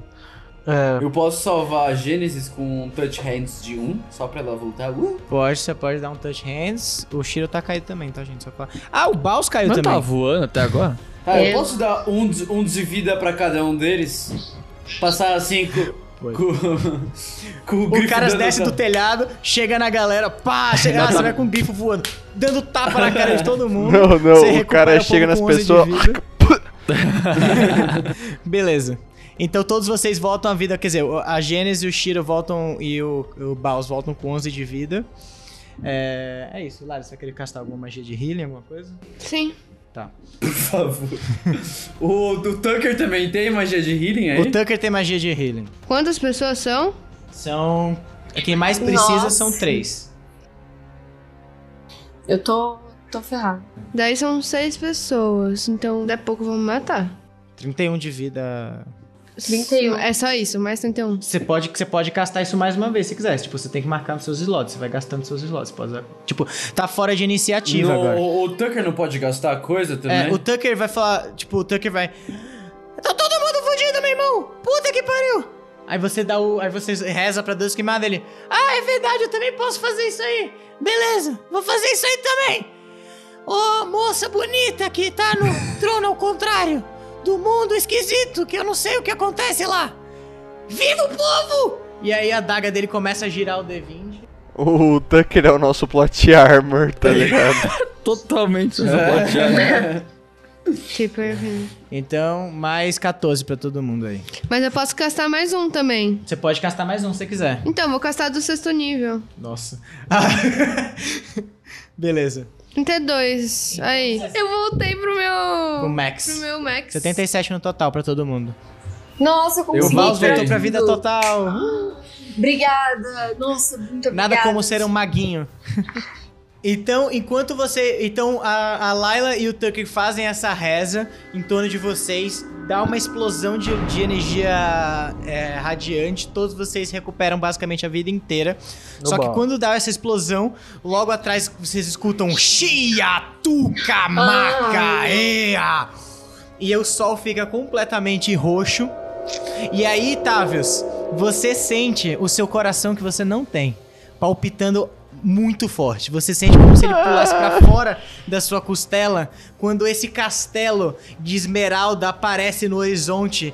É,
Eu posso salvar a Gênesis com um touch hands de 1, só pra ela voltar. Uh!
Pode, você pode dar um touch hands. O Shiro tá caído também, tá, gente? Só pra... Ah, o Baus caiu
não
também.
tava tá voando até agora?
Tá, eu
É.
posso dar um, de- um de vida pra cada um deles? Passar assim com.
Pode.
Com, com o
O
grifo
cara
dando
desce do
essa-
telhado, chega na galera, pá, chega lá, você vai com o grifo voando, dando tapa na cara de todo mundo.
Não, não,
Você
o
recupera
cara
povo
chega
com
nas
11 de
pessoas-
vida. Beleza. Então todos vocês voltam à vida, quer dizer, a Gênesis e o Shiro voltam e o, o Baus voltam com 11 de vida. É, é isso, Lara, você vai querer castar alguma magia de healing, alguma coisa?
Sim.
Por favor. o, o Tucker também tem magia de healing aí?
O Tucker tem magia de healing.
Quantas pessoas são?
São... Quem mais precisa
Nossa.
são três.
Eu tô, tô ferrado.
Daí são seis pessoas, então daqui a pouco vão me matar.
31 de vida.
31.
É só isso, mais 31.
Você pode, você pode castar isso mais uma vez se quiser. Tipo, você tem que marcar nos seus slots. Você vai gastando seus slots. Você pode usar- Tipo, tá fora de iniciativa
No-
agora.
o, o Tucker não pode gastar coisa também?
É, o Tucker vai falar, tipo, o Tucker vai. Tá todo mundo fudido, meu irmão! Puta que pariu! Aí você dá o. Aí você reza pra Deus que manda ele. Ah, é verdade, eu também posso fazer isso aí! Beleza, vou fazer isso aí também! Ô, moça bonita que tá no trono ao contrário do mundo esquisito, que eu não sei o que acontece lá! Viva o povo! E aí a daga dele começa a girar o D20.
O Tucker é o nosso plot armor, tá ligado?
Totalmente
É.
desaboteado.
Tipo, enfim.
Então, mais 14 pra todo mundo aí.
Mas eu posso castar mais um também.
Você pode castar mais um se você quiser.
Então, vou castar do sexto nível.
Nossa. Beleza.
32. Aí. Eu voltei pro
O
meu. Pro
Max.
meu max.
77 no total pra todo mundo.
Nossa, eu
O
Eu
consegui.
Vals
voltei.
voltou pra vida total.
Obrigada. Nossa, muito obrigada.
Nada como ser um maguinho. Então, enquanto você. Então, a, a Layla e o Tucker fazem essa reza em torno de vocês, dá uma explosão de, de energia é, radiante, todos vocês recuperam basicamente a vida inteira. Só que
Oba.
quando dá essa explosão, logo atrás vocês escutam Xia, Tuca, Maca, Ea! E o sol fica completamente roxo. E aí, Távios, você sente o seu coração que você não tem palpitando muito forte. Você sente como se ele pulasse pra fora da sua costela quando esse castelo de esmeralda aparece no horizonte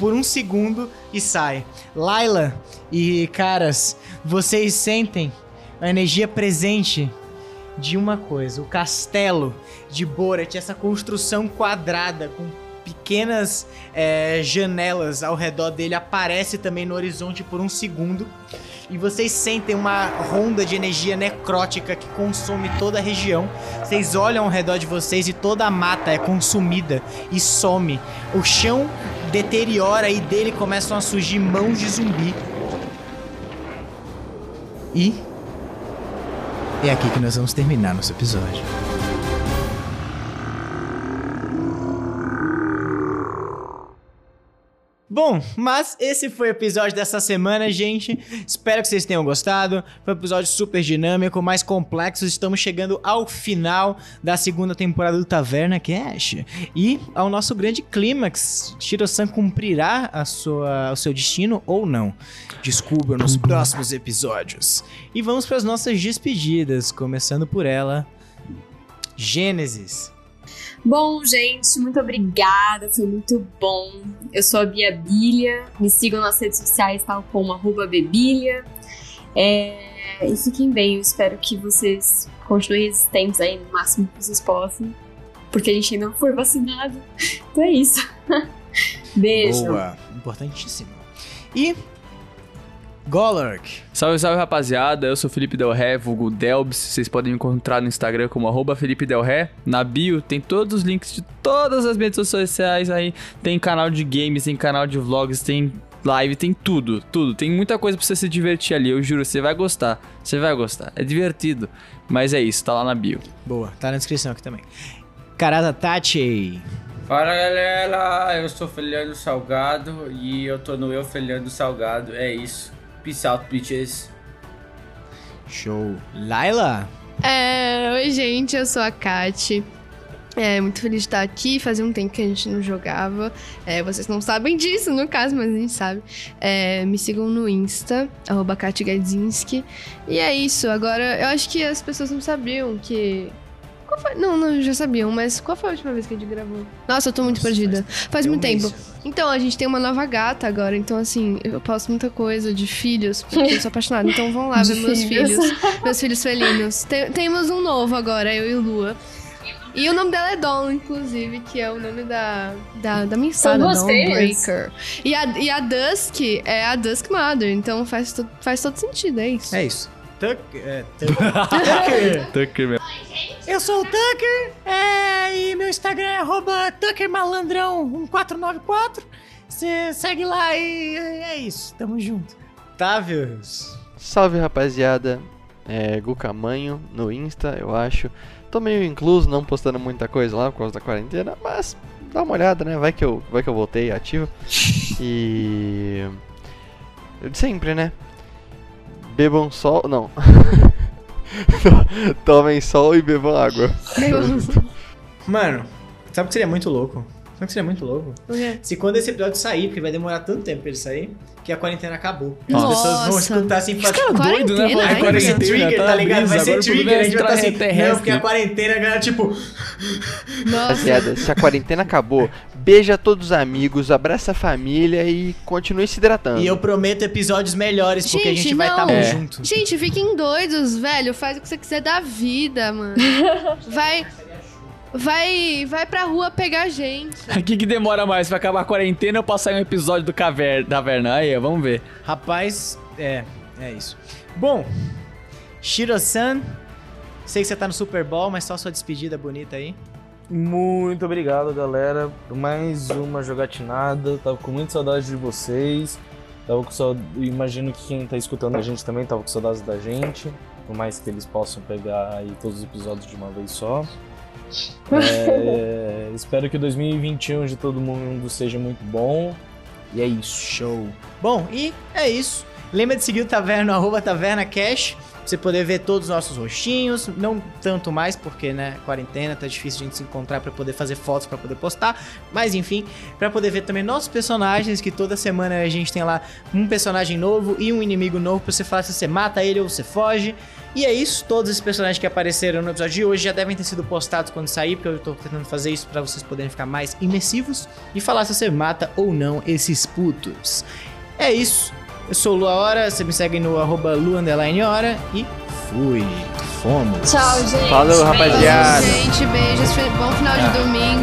por um segundo e sai. Laila e caras, vocês sentem a energia presente de uma coisa, o castelo de Borat, essa construção quadrada com pequenas eh, janelas ao redor dele aparece também no horizonte por um segundo e vocês sentem uma ronda de energia necrótica que consome toda a região. Vocês olham ao redor de vocês e toda a mata é consumida e some. O chão deteriora e dele começam a surgir mãos de zumbi. E é aqui que nós vamos terminar nosso episódio. Bom, mas esse foi o episódio dessa semana, gente. Espero que vocês tenham gostado. Foi um episódio super dinâmico, mais complexo. Estamos chegando ao final da segunda temporada do Taverna Cash. E ao nosso grande clímax, Shiro-san cumprirá a sua, o seu destino ou não? Descubra nos próximos episódios. E vamos para as nossas despedidas, começando por ela. Gênesis.
Bom, gente, muito obrigada, foi muito bom. Eu sou a Bia Bilha, me sigam nas redes sociais, tal como arroba Bebilha. É, e fiquem bem, eu espero que vocês continuem resistentes aí no máximo que vocês possam, porque a gente ainda não foi vacinado. Então é isso. Beijo.
Boa. Importantíssimo. E. Golurk.
Salve, salve rapaziada, eu sou Felipe Del Ré, vulgo Delbs, vocês podem me encontrar no Instagram como arroba Felipe Del Ré, na bio tem todos os links de todas as redes sociais aí, tem canal de games, tem canal de vlogs, tem live, tem tudo, tudo, tem muita coisa pra você se divertir ali, eu juro, você vai gostar, você vai gostar, é divertido, mas é isso, tá lá na bio.
Boa, tá na descrição aqui também. Karata Tati.
Fala galera, eu sou Fernando Salgado e eu tô no Eu Fernando Salgado, é isso. Peace out, bitches.
Show. Laila.
É, oi, gente, eu sou a Kati. É, muito feliz de estar aqui. Fazia um tempo que a gente não jogava. É, vocês não sabem disso, no caso, mas a gente sabe. É, me sigam no Insta, arroba Kati Gadzinski. E é isso. Agora, eu acho que as pessoas não sabiam que. Qual foi? Não, não, já sabiam, mas qual foi a última vez que a gente gravou? Nossa, eu tô muito
Nossa,
perdida. Faz
Deu
muito
um mês
tempo. Então, a gente tem uma nova gata agora, então assim, eu posto muita coisa de filhos, porque eu sou apaixonada. Então vão lá ver
De
meus
filhos.
filhos. Meus filhos felinos. Tem- temos um novo agora, eu e o Lua. E o nome dela é Dawn, inclusive, que é o nome da, da, da minha espada,
duas
Dawnbreaker. E a, e a Dusk é a Dusk Mother, então faz, to- faz todo sentido, é isso.
É isso. Tuck, é, Tuck- Tucker.
Tucker, meu.
Eu sou o Tucker é, e meu Instagram é arroba TuckerMalandrão1494. Você segue lá e é isso. Tamo junto. Távios.
Salve rapaziada, é Gucamanho no Insta, eu acho. Tô meio incluso, não postando muita coisa lá por causa da quarentena, mas dá uma olhada, né? Vai que eu, vai que eu voltei ativo. E. Eu de sempre, né? Bebam sol. Não. Tomem sol e bebam água.
Mano, sabe o que seria muito louco? Sabe o que seria muito louco? Se quando esse episódio sair, porque vai demorar tanto tempo pra ele sair, que a quarentena acabou. E As
Nossa.
pessoas vão escutar assim e falar,
Cara, doido, né?
Agora
Quarentena,
esse
ainda.
trigger, tá
Tá
ligado? Vai
brisa,
ser
agora o
trigger, a
problema é
gente vai estar assim,
extraterrestre.
não, porque a quarentena, a galera, tipo,
Nossa,
Rapaziada, se a quarentena acabou, beija todos os amigos, abraça a família e continue se hidratando.
E eu prometo episódios melhores, porque a
Gente,
gente vai
não.
estar
É.
junto.
Gente, fiquem doidos, velho. Faz o que você quiser da vida, mano. Vai. Vai. Vai pra rua pegar gente.
O que, que demora mais? Pra acabar a quarentena ou passar um episódio do caverna, Taverna? Aí, vamos ver.
Rapaz, é, é isso. Bom, Shiro-san, sei que você tá no Super Bowl, mas só sua despedida bonita aí.
Muito obrigado, galera, por mais uma jogatinada. Tava com muita saudade de vocês. Tava com saudade. Imagino que quem tá escutando a gente também tava com saudades da gente. Por mais que eles possam pegar aí todos os episódios de uma vez só. É, espero que o 2021 de todo mundo seja muito bom. E é isso.
Show. Bom, e é isso. Lembra de seguir o Taverna, arroba Taverna Cash, pra você poder ver todos os nossos rostinhos, não tanto mais, porque, né, quarentena, tá difícil a gente se encontrar pra poder fazer fotos, pra poder postar, mas enfim, pra poder ver também nossos personagens, que toda semana a gente tem lá um personagem novo e um inimigo novo pra você falar se você mata ele ou você foge. E é isso, todos esses personagens que apareceram no episódio de hoje já devem ter sido postados quando sair, porque eu tô tentando fazer isso pra vocês poderem ficar mais imersivos e falar se você mata ou não esses putos. É isso. Eu sou o Lua Hora, você me segue no arroba Lu underline Hora e fui. Fomos.
Tchau, gente.
Falou,
Beijos.
rapaziada. Obrigado.
Gente, beijos. Bom final de domingo.